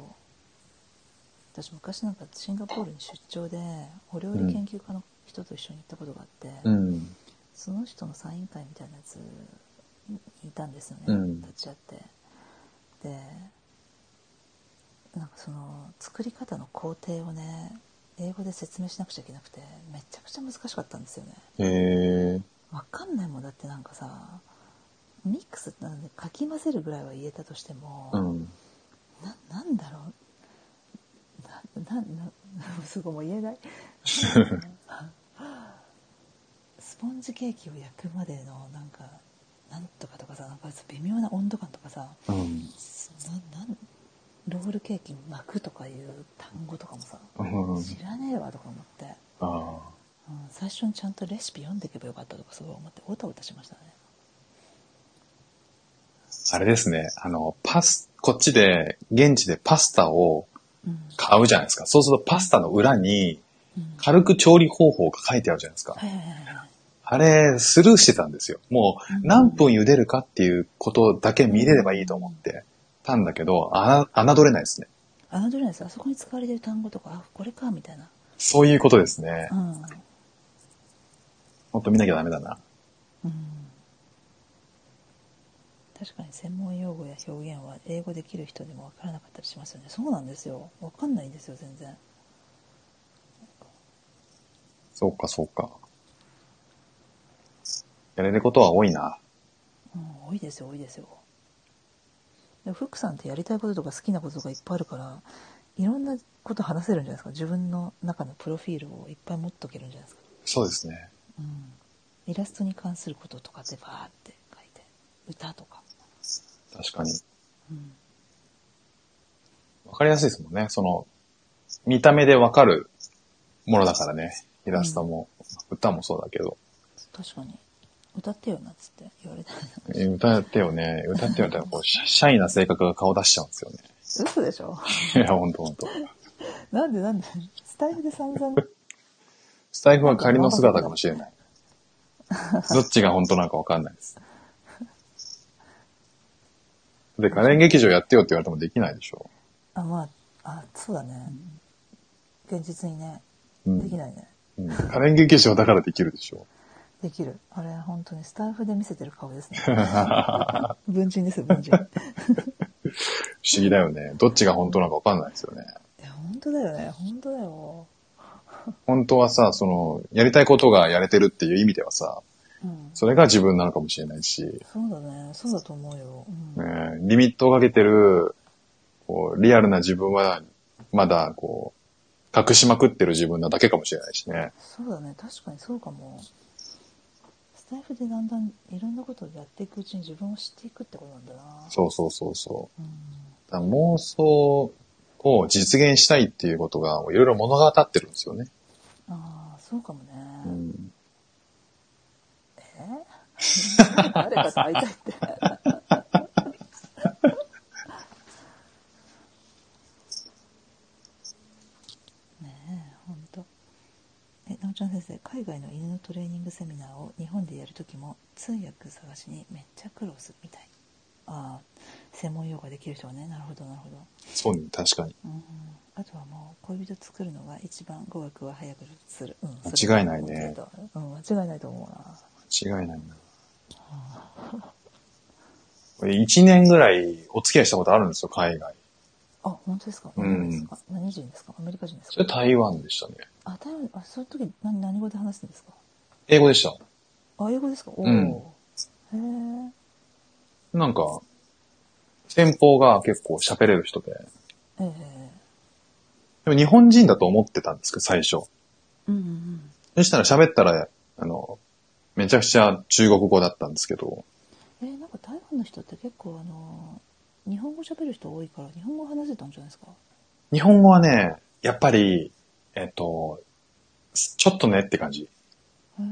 私昔なんかシンガポールに出張でお料理研究家の人と一緒に行ったことがあって、
うん。
その人のサイン会みたいなやつにいたんですよね、
うん
立ち会ってでなんかその作り方の工程をね英語で説明しなくちゃいけなくてめちゃくちゃ難しかったんですよね
へえ
わかんないもんだってなんかさミックスってなんでかき混ぜるぐらいは言えたとしても、
うん。
ななんだろうなななすごいもう言えない スポンジケーキを焼くまでのなんかなんとかとかさなんか微妙な温度感とかさ
うん。
ななんロールケーキに巻くとかいう単語とかもさ
うん。
知らねえわとか思って、
ああ。
うん、最初にちゃんとレシピ読んでいけばよかったとかすごい思っておたおたしましたね
あれですね。あの、パス、こっちで、現地でパスタを
うん
買うじゃないですか。そうするとパスタの裏に、
うんはい
軽く調理方法が書いてあるじゃないですか。
はいはいはい
あれ、スルーしてたんですよ。も
うん
う、何分茹でるかっていうことだけ見れればいいと思ってたんだけど、あな、侮れないですね。
あのどれなんですあそこに使われてる単語とかあこれかみたいな
そういうことですね。
うん
もっと見なきゃダメだな。
うん確かに専門用語や表現は英語できる人でも分からなかったりしますよねそうなんですよ分かんないんですよ全然
そうか、そうか。やれることは多いな。
うん多いですよ多いですよでフックさんってやりたいこととか好きなこととかいっぱいあるからいろんなこと話せるんじゃないですか自分の中のプロフィールをいっぱい持っとけるんじゃないですか、
そうですね。
うん、イラストに関することとかでバーって書いて歌とか、
確かに。
うん、
わかりやすいですもんね。その、見た目でわかるものだからね。イラストも、歌もそうだけど。
確かに歌ってよなっつって言われた
え歌ってよね。歌ってよってこう、シャシャイな性格が顔出しちゃうんですよね。
嘘でしょ
いや、ほんとほんと。
なんでなんでスタイフで散々
スタイフは仮の姿かもしれ ない。どっちが本当なのかわかんないです。で、カレン劇場やってよって言われてもできないでしょ。
あまああそうだね現実にね
うん
できないね、
うん。カレン劇場だからできるでしょ。
できるあれ本当にスタイフで見せてる顔 ですね文人ですよ文人
不
い
思議だよね。どっちが本当なのかわかんないですよね。
や本当だよね本当だよ
本当はさ、その、やりたいことがやれてるっていう意味ではさ、
うん
それが自分なのかもしれないし、ね、
そうだねそうだと思うよ、うん
リミットをかけてる、こう、リアルな自分は、まだ、こう、隠しまくってる自分なだけかもしれないしね。
そうだね確かにそうかもスタイフでだんだんいろんなことをやっていくうちに自分を知っていくってことなんだな
そうそうそうそう。
うん、
だから妄想を実現したいっていうことが、いろいろ物語ってるんですよね。
ああそうかもね、
うん。
え誰かと会いたいってねえ本当えなおちゃん先生海外の犬のトレーニングセミナーを日本でやるときも通訳探しにめっちゃ苦労するみたいああ専門用語ができる人はねなるほどなるほど
そうね、確かに。
うんあとはもう恋人作るのが一番語学は早くする、うん、
間違いないね
それはうん間違いないと思うな
違いない な。これ1年ぐらいお付き合いしたことあるんですよ、海外。
あ、本当ですか。
うん
何ですか。何人ですか。アメリカ人ですか。
それ台湾でしたね。
あ、台湾、あ、その時、何、何語で話すんですか。
英語でし
あ、英語ですか。おお、
うん
へえ。
た。なんか、先方が結構喋れる人で。
ええ。
でも日本人だと思ってたんですけど、最初。
うんうん
そしたら喋ったら、あの、めちゃくちゃ中国語だったんですけど、
うん。えー、なんか台湾の人って結構あのー日本語喋る人多いから日本語話せたんじゃないですか。
日本語はね、やっぱり、えっと、ちょっとねって感じ。
へえ。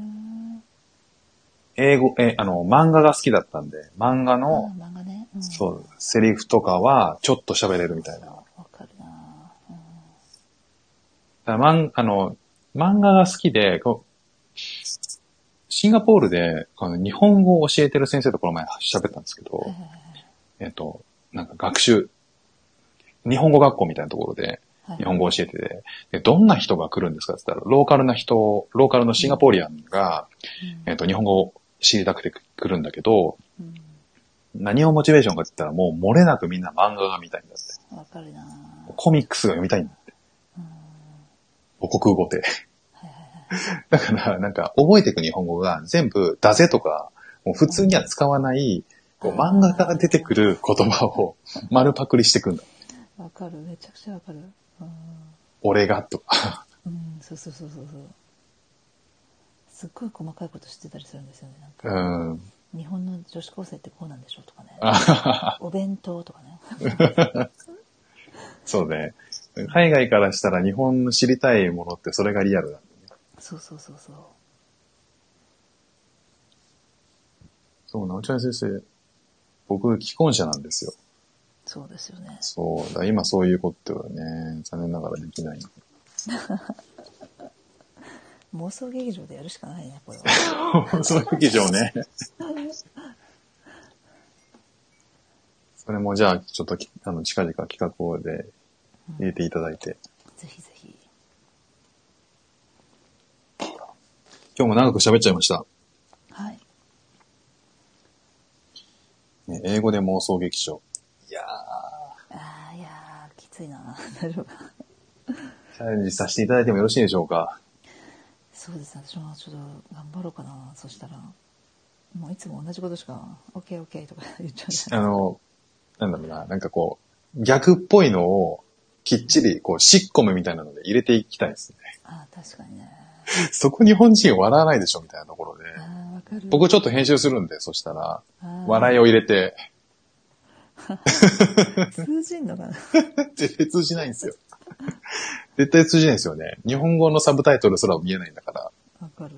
英語、え、あの、漫画が好きだったんで、漫画
あ
の、
ー、漫画ね。うん、
そう、セリフとかは、ちょっと喋れるみたいな。
わかるな。うん
だからマンあの、漫画が好きで、こうシンガポールで、あの日本語を教えてる先生とこの前喋ったんですけど、
へ
えっと、なんか学習、日本語学校みたいなところで
え。はい
日本語を教えてて、でどんな人が来るんですかって言ったら、ローカルな人、ローカルのシンガポリアンが、えっと、日本語を知りたくて来るんだけど、
うん。うん
何をモチベーションかって言ったら、もう漏れなくみんな漫画が見たいんだって。
わかるな。
コミックスが読みたいんだって。
うん。
母国語で。
はいはいはい。
だから、なんか、覚えていく日本語が全部、だぜとか、もう普通には使わない、こう漫画から出てくる言葉を丸パクリしてくんだ。
わかるめちゃくちゃわかるうん
俺がとか。
うんそうそうそうそうそうすっごい細かいこと知ってたりするんですよねなん
う
か、
ん。
日本の女子高生ってこうなんでしょうとかね
あはは
お弁当とかね
そうね。海外からしたら日本の知りたいものってそれがリアルだ。
そうそうそうそう
そう、直ちゃん先生、僕、既婚者なんですよ。
そうですよね
そう。だから今そういうことはね、残念ながらできない。
妄想劇場でやるしかないねこれ は
その劇場ね。それもじゃあ、ちょっとき、あの、近々企画をで入れていただいて。
ぜひぜひ
今日も長く喋っちゃいました。
はい
ね英語で妄想劇場。いや
あーいやーきついな 大丈夫か
ー、チャレンジさせていただいてもよろしいでしょうか。
そうですね私もちょっと頑張ろうかなそしたらもういつも同じことしか「OKOK」とか 言っちゃうじゃ
あ
ない
の、なんだろうな、なんかこう、逆っぽいのを、きっちり、こう、しっこむみたいなので入れていきたいですね。
あー確かにね
そこ日本人笑わないでしょ、みたいなところで。
あーわかる
僕ちょっと編集するんで、そしたら、笑
い
いを入れて、
通じんのかな
絶対通じないんですよ。絶対通じないんですよね。日本語のサブタイトルすら見えないんだから。
わかる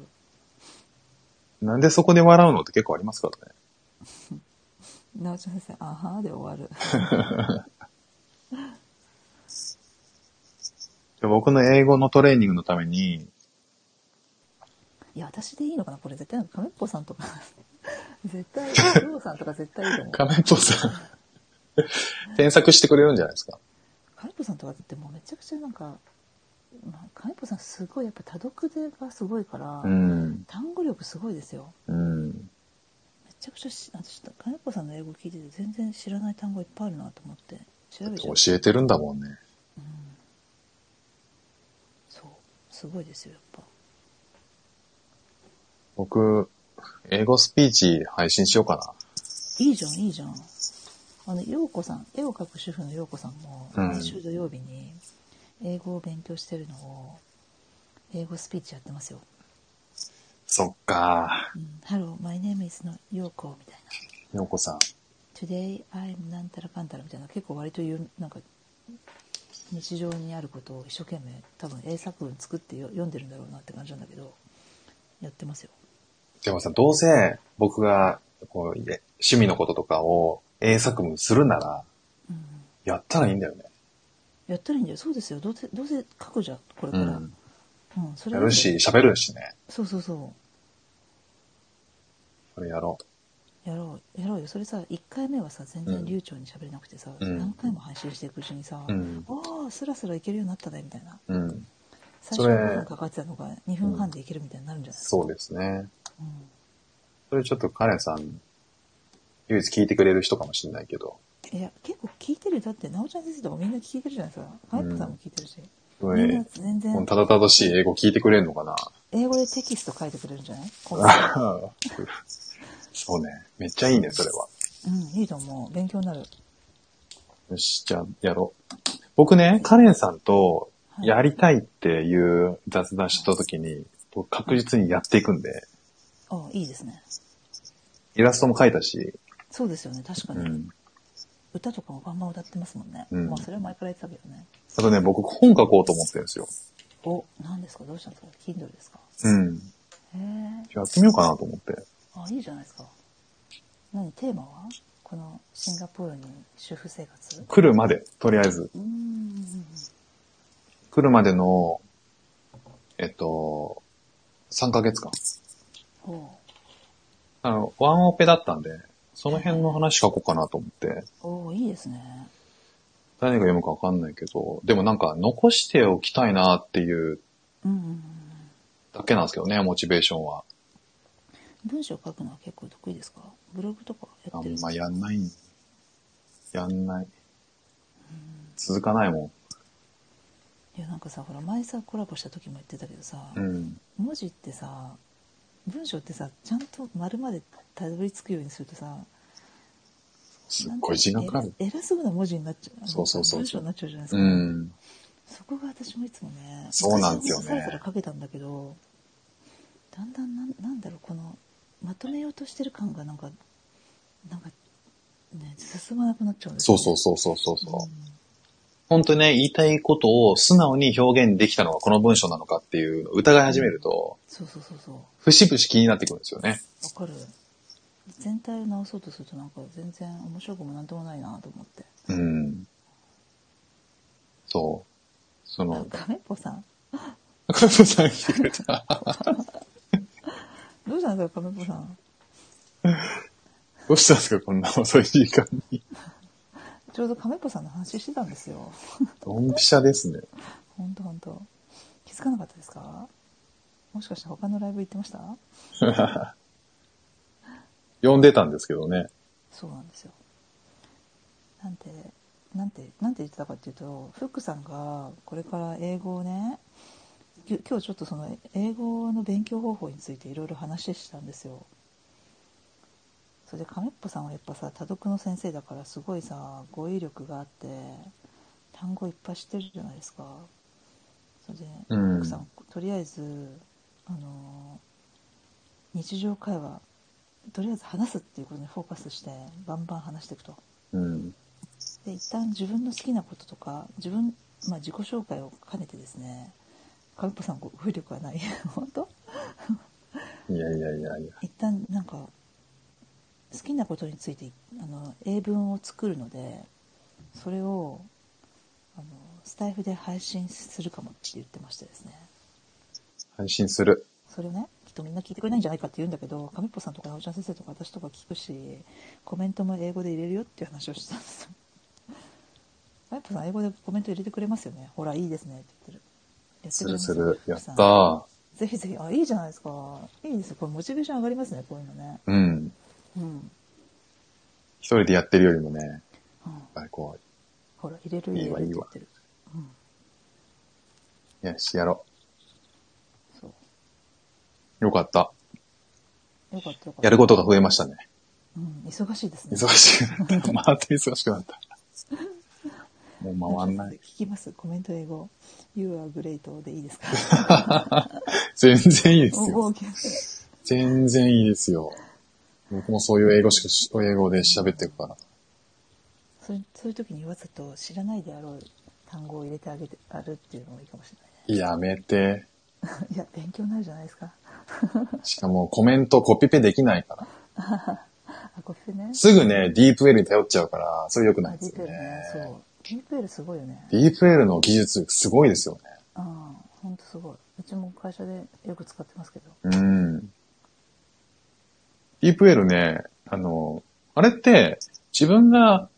なんでそこで笑うのって結構ありますからね。
なおちゃん先生「あはー」で終わる
で僕の英語のトレーニングのために、
いや私でいいのかなこれ絶対なんか亀っぽさんとか 絶対りょうさんとか絶対いいと思う
仮面ポーさん、検索してくれるんじゃないですか。
亀っぽさんとかだってもうめちゃくちゃなんか、まあ、亀っぽさんすごいやっぱ多読でがすごいから、
うん。
単語力すごいですよ
うん。
めちゃくちゃし私金子さんの英語聞いてて全然知らない単語いっぱいあるなと思って調べちゃう、
教えてるんだもんね。
うん、そうすごいですよやっぱ
僕、英語スピーチ配信しようか
いいじゃんいいじゃんあの陽子さん絵を描く主婦の陽子さんも
うん
毎週土曜日に英語を勉強してるのを英語スピーチやってますよ
な。そっか
「うん、Hello my name is の陽子」みたいな
のこさん。
「Today I'm なんたらかんたら」みたいな結構割と言うなんか日常にあることを一生懸命多分英作文作ってよ読んでるんだろうなって感じなんだけどやってますよ
でもさ、どうせ僕がこうえ趣味のこととかを英作文するなら、
うん
やったらいいんだよね。
やったらいいんだよそうですよどうせどうせ書くじゃんこれ
う
から、うん
ん。
それ
や
は
るし、喋るしね。
そうそうそう
それやろ
やろうやろうよそれさ1回目はさ全
うん
然流暢に喋れなくてさ、
うん
何回も配信していくうちにさ、
う。う
あ
ん。
あスラスラいけるようになったねみたいな
うん。
最
そ
初
れ
5分かかってたのが2分半でいけるみたいになるんじゃないですか、
そうですね。
うん
それちょっとカレンさん、唯一聞いてくれる人かもしれないけど、
いや結構聞いてるよだってなおちゃん先生とかみんな聞いてるじゃないですかカイプさんも聞いてるし、
こ
みんな
れ
全
この
然
ただただしい英語聞いてくれるのかな
英語でテキスト書いてくれるんじゃない今度
そうね。めっちゃいいね、それは。
うんいいと思う勉強になる
よし、じゃあ、やろう。僕ね、カレンさんと
はい
やりたいっていう雑談した時に、僕確実にやっていくんで、
あいいですね
イラストも描いたし、
そうですよね確か
う
に、
ん。
歌とかもバンバン歌ってますもんね、
うん
まあそれは前から言ってたけどね
あとね、僕本書こうと思ってるんですよ。
お何ですかどうしたんですか Kindle ですか
うん。
へえ
やってみようかなと思って。
あいいじゃないですか何テーマはこのシンガポールに主婦生活
来るまで、とりあえず。
うーん
来るまでの、えっと、3ヶ月間。
お
あの、ワンオペだったんで、その辺の話書こうかなと思って、
おいいですね
誰が読むかわかんないけど、でもなんか残しておきたいなっていう
うんうんうん
だけなんですけどね、モチベーションは。
文章書くのは結構得意ですかブログとかや
あ
ってる
んまやんない。やんない。続かないもん。
いやなんかさほら前さコラボした時も言ってたけどさ、
うん。
文字ってさ文章ってさちゃんと丸までたどり着くようにするとさ
すっごい時間かかる。
偉偉そうな文字になっちゃう
そうそうそう
文章になっちゃうじゃないです
う
か、
ん。
そこが私もいつもね
そうなんですよね
最初からかけたんだけどだんだんなんなんだろうこのまとめようとしてる感がなんかなんかね進まなくなっちゃうんです
そ
よ
う
ね
そうそうそうそうそう。
ん
本当にね、言いたいことを素直に表現できたのはこの文章なのかっていうのを疑い始めると、
そうそうそうそう
節々気になってくるんですよね。
わかる全体を直そうとするとなんか全然面白くもなんともないなと思って
うん。そう。そ
あ
の、
亀っぽさん
カブさん来てくれた。
どうしたんですか亀っぽさん
どうしたんですかこんな遅い時間に。
ちょうど亀っぽさんの話してたんですよ
ドンピシャですね。
ほんとほんと気づかなかったですかもしかして他のライブ行ってました
呼んでたんですけどね。
そうなんですよなんてなんてなんて言ってたかっていうとフックさんがこれから英語をねきゅ今日ちょっとその英語の勉強方法についていろいろ話したんですよそれで亀っぽさんはやっぱさ多読の先生だからすごいさ語彙力があって単語いっぱい知ってるじゃないですかそれで、
うん
フックさんとりあえずあの日常会話とりあえず話すっていうことにフォーカスしてバンバン話していくと
うん。
で一旦自分の好きなこととか自分、まあ、自己紹介を兼ねてですねかみっぽさん語彙力はない 本当
いやいやいやいや。
一旦なんか好きなことについてあの英文を作るのでそれをあのスタイフで配信するかもって言ってましてですね
配信する。
それをねきっとみんな聞いてくれないんじゃないかって言うんだけどかみっぽさんとかなおちゃん先生とか私とか聞くしコメントも英語で入れるよっていう話をしたんですよ かみっぽさん英語でコメント入れてくれますよねほらいいですねって言ってるやって
す
くれ
る
ますよ
る。やっ
奥
た
さん
ー。
ぜひぜひあいいじゃないですかいいですよこれモチベーション上がりますねこういうのね
うん。
うん、
一人でやってるよりもね、やっ
うん、
ぱりこ
ほら入れる
いい
入
わ
れるって言ってるうん
う、よし、やろ。
そう
よかった。
うよかったよかった
やることが増えましたね。
うん、忙しいですね
忙しくなった。 また忙しくなった。もう回んない。
聞きますコメント英語「You are great」でいいで すか
全然いいです
お
よ。
お結
全然いいですよ。僕もそういう英語しかし、英語で喋ってるから。
構そうそういう時にわざと知らないであろう単語を入れてあげてあるっていうのもいいかもしれ
やめて。
ないねい や勉強になるじゃないですか
しかもコメントコピペできないから。
あこれね
すぐね、ディープエルに頼っちゃうから、それ良くない
あ
です
ディープ
よ
エルねそ
ね。
うディープエルすごいよね
ディープエルの技術すごいですよね。
うんほんとすごいうちも会社でよく使ってますけど
うん。ディープエルね、あの、あれって自分が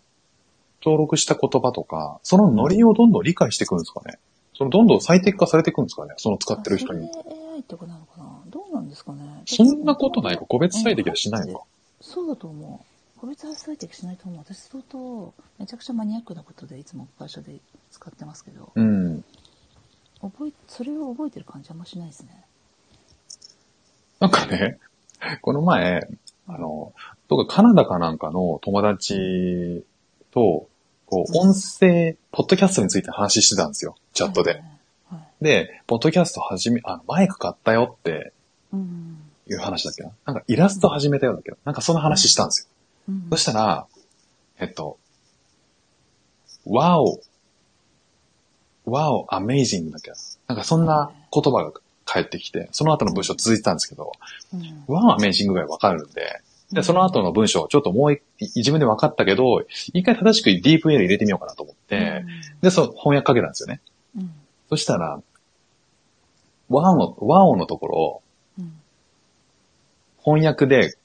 登録した言葉とか、そのノリをどんどん理解していくんですかね。そのどんどん最適化されていくんですかね。その使ってる人に
あ。それで AI とかなのかなどうなんですかね
そんなことないか。個別最適はしないのか。
そうだと思う個別最適しないと思う私相当めちゃくちゃマニアックなことでいつも会社で使ってますけど
うん。
覚えそれを覚えてる感じあんましないですね
なんかね、この前、あの、どっかカナダかなんかの友達と、こう、音声、ポッドキャストについて話してたんですよ。チャット
は
で
い。はいはい
で、ポッドキャスト始め、あ、マイク買ったよって
うん
いう話だっけな。なんかイラスト始めたようだっけど、なんかその話したんですよ。
うん
そしたら、えっと、ワオ、ワオ、アメイジングだっけな。なんかそんな言葉が返ってきて、その後の文章続いてたんですけど、
うん
ワオアメイジングぐらいわかるんで、で、その後の文章、ちょっともうい自分で分かったけど、一回正しく DeepL 入れてみようかなと思って、で、そう、翻訳かけたんですよね。
うんうん
そしたら、ワオの、ワオのところ、
うん
翻訳で、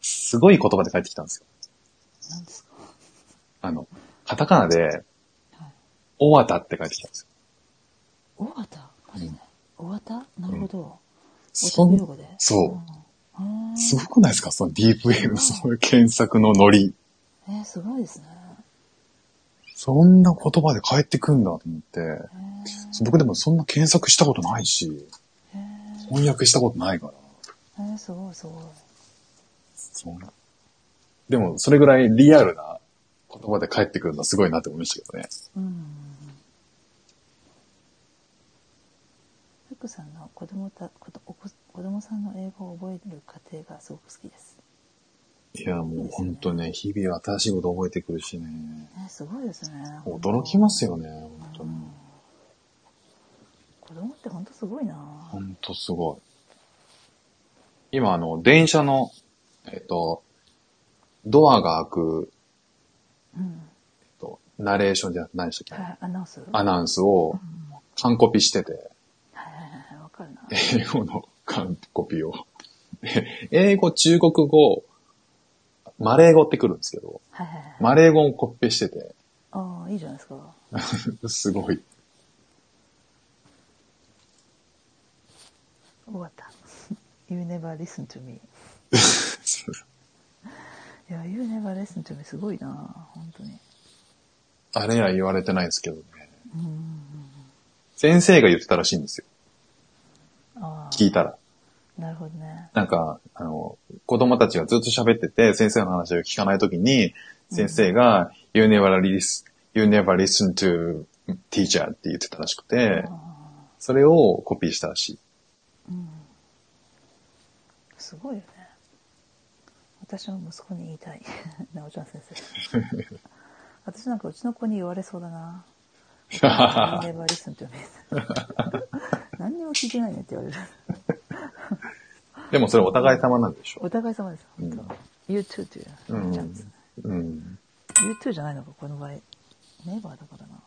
すごい言葉で返ってきたんですよ。
なんですか
あの、カタカナで、
はい
オワタって返ってきたんですよ。
大型マジで大型なるほど
そ
お茶用
ん
語で
そ
うんへー
う。すごくないですかその DeepL のその検索のノリ。
えーすごいですね
そんな言葉で返ってくんだと思って、
へー
僕でもそんな検索したことないし、
へー
翻訳したことないから。
えー、すごいすごい。
そうでも、それぐらいリアルな言葉で返ってくるのはすごいなって思いましたけどね。
うん。福さんの子供た子どお子子供さんの英語を覚える過程がすごく好きです。
いや、もう本当ね、日々新しいこと覚えてくるしね。
ね、すごいですね。
驚きますよね、
うん。
本当に。
子供って本当すごいな。
本当すごい。今、あの、電車の、えっと、ドアが開く、
うん。
えっと、ナレーションじゃなくて何でしたっけ、
はい、アナウンス。
アナウンスを
うんはい
完コピしてて、
はいはいはい、わかるな。
英語の完コピを。 で英語、中国語、マレー語ってくるんですけど、
はいはいはい。
マレー語をコピペしてて、
ああ、いいじゃないですか。
すごい。
終わった。you never listen to me. いや、You never listen to me すごいな。本当に。
あれや言われてないですけどね。
うん。
先生が言ってたらしいんですよ。
あ
聞いたら。
あ、なるほどね。
なんか、あの、子供たちがずっと喋ってて、先生の話を聞かないときに、先生が、You never listen, you never listen to teacher って言ってたらしくて
あ、あ
それをコピーしたらしい。
うんすごいよね。私は息子に言い たい。なおちゃん先 生。私なんかうちの子に言われそうだ な。You never listen to me. 何にも聞いてないねって言われる。
でもそれお互い様なんでしょ
お互い様です。
うん
本当。You too という
う
なお
ん
ちゃんです。。
うん。
You too じゃないのか、この場合。ネイバーだからな。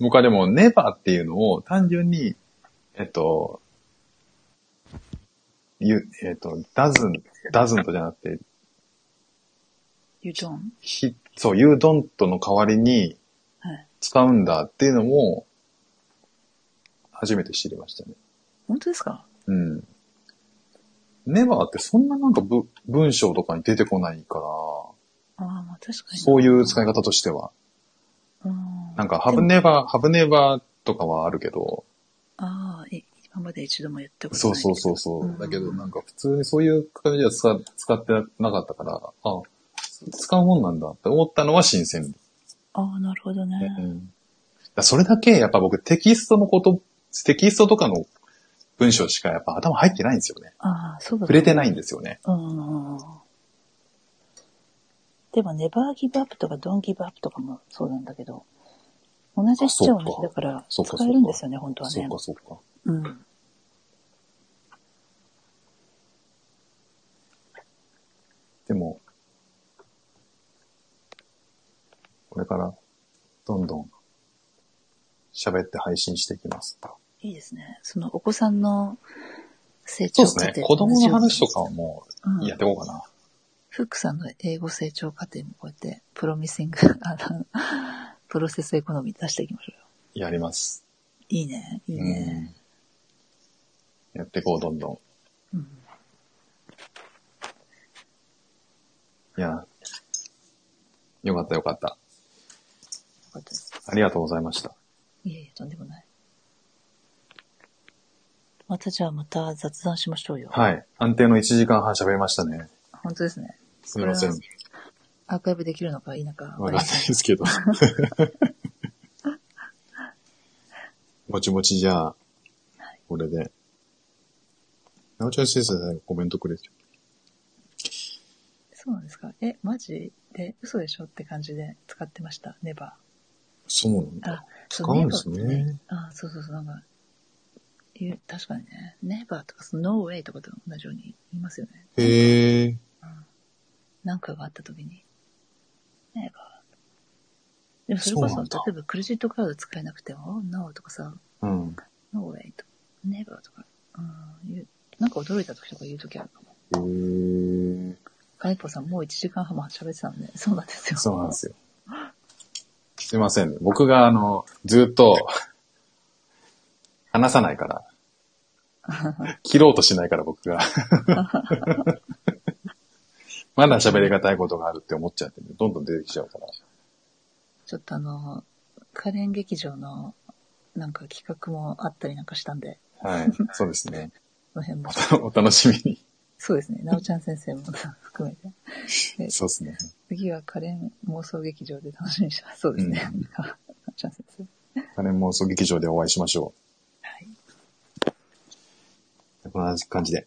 僕はでも、never っていうのを単純に、えっと、you, えっと、doesn't, doesn't じゃなくて、
You don't?
he, そう、you don't の代わりに、
はい。
使うんだっていうのも、初めて知りましたね。
本当ですか
うん。ネバーってそんななんかぶ文章とかに出てこないから、
ああ、まあ確かに。
そういう使い方としては。
うん。
なんか、ハブネバー、ハブネバーとかはあるけど、
ああ、い今まで一度もやったこと
そ
な
う
い。。
そうそううそう、
ん
だけどなんか普通にそういう感じでは使使ってなかったから、あ、使うもんなんだって思ったのは新鮮です
ああ、なるほどね。
ね。うん、だからそれだけやっぱ僕テキストのこと、テキストとかの文章しかやっぱ頭入ってないんですよね。
ああ、そうだ
触れてないんですよね。
うん。でも、ネバーギブアップとかドンギブアップとかもそうなんだけど、同じ視聴
あそう
の
か
だから、
そ
使
うか
えるんですよね、本当は
そ
ね
う。か、そうか。
うん。
でも、これから、どんどん、喋って配信していきます。
いいですね。その、お子さんの成
そう
長
ですね。子供の話とか
を
はも
うん
う、やっていこうかな。
フックさんの英語成長過程もこうやって、プロミシング、 あのプロセスエコノミー出していきましょうよ。
やります。
いいね、いいね。
うん。やっていこう、どんど
うん。
ん。いや、よかった、よかった。
よかったです。
ありがとうございました。
いえいえ、とんでもない。またじゃあまた雑談しましょうよ。
はい。安定の1時間半喋りましたね。
本当ですね。
すみません
こ。アーカイブできるのか否か。
わかんないですけど。 もちもちじゃあ、これで。なおちゃん先生がコメントくれてる。
そうなんですか。え、マジで嘘でしょって感じで使ってました。ネバ
そうなん
ー。あ
だ。、
そ
使うんですね
ネバーってあ、そうそうそう。なんか、言う確かにね。ネバーとか、そのノーウェイとかと同じように言いますよね。
へえ。
なんかがあった時に。ネバー。でもそれこ
そう
そ、
なんだ
例えばクレジットカード使えなくても、ノーとかさ、
うん。
ノーウェイとか、ネバーとか、うん、言う、なんか驚いた時とか言う時あるかも。
へえ。
ガイポさんもう1時間半も喋ってたんで、 そうなんですよ。
そうなんですよ。すいません。僕が、あの、ずっと、話さないから。 切ろうとしないから、僕が。まだ喋りがたいことがあるって思っちゃってね、どんどん出てきちゃうから。
ちょっとあの、カレン劇場のなんか企画もあったりなんかしたんで、
はい。そうですね。
この辺も。
お楽しみ
そうですね。なおちゃん先生も含めて。
に。そうですね。
次はカレン妄想劇場で楽しみにします。そうですね。
うん
なおちゃん先生。
カレン妄想劇場でお会いしましょ
はい。
う。こんな感じで。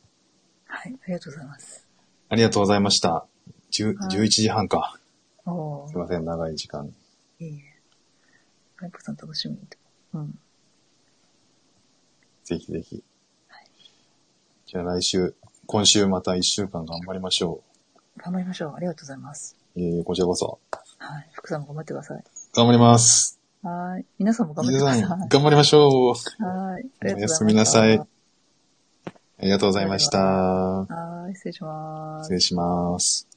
はい。ありがとうございます。
ありがとうございました。10
はい
11時半か。
おお
すいません、長い時間。
ー。いいえ。ガイプさん楽しみにと。うん。
ぜひぜひ
い。
じゃあ来週、今週また1週間頑張りましょ
頑張りましょう。ありがとうございます。
う。えー、こちらこそ。
はい。福さんも頑張ってください。
頑張ります。
はーい。皆さんも頑張って
皆
くだ
さ
さい。
ん、頑張りましょう。
はーい。ありがとうございました
おやすみなさい。ありがとうございました。
はーい。失礼します
失。礼します。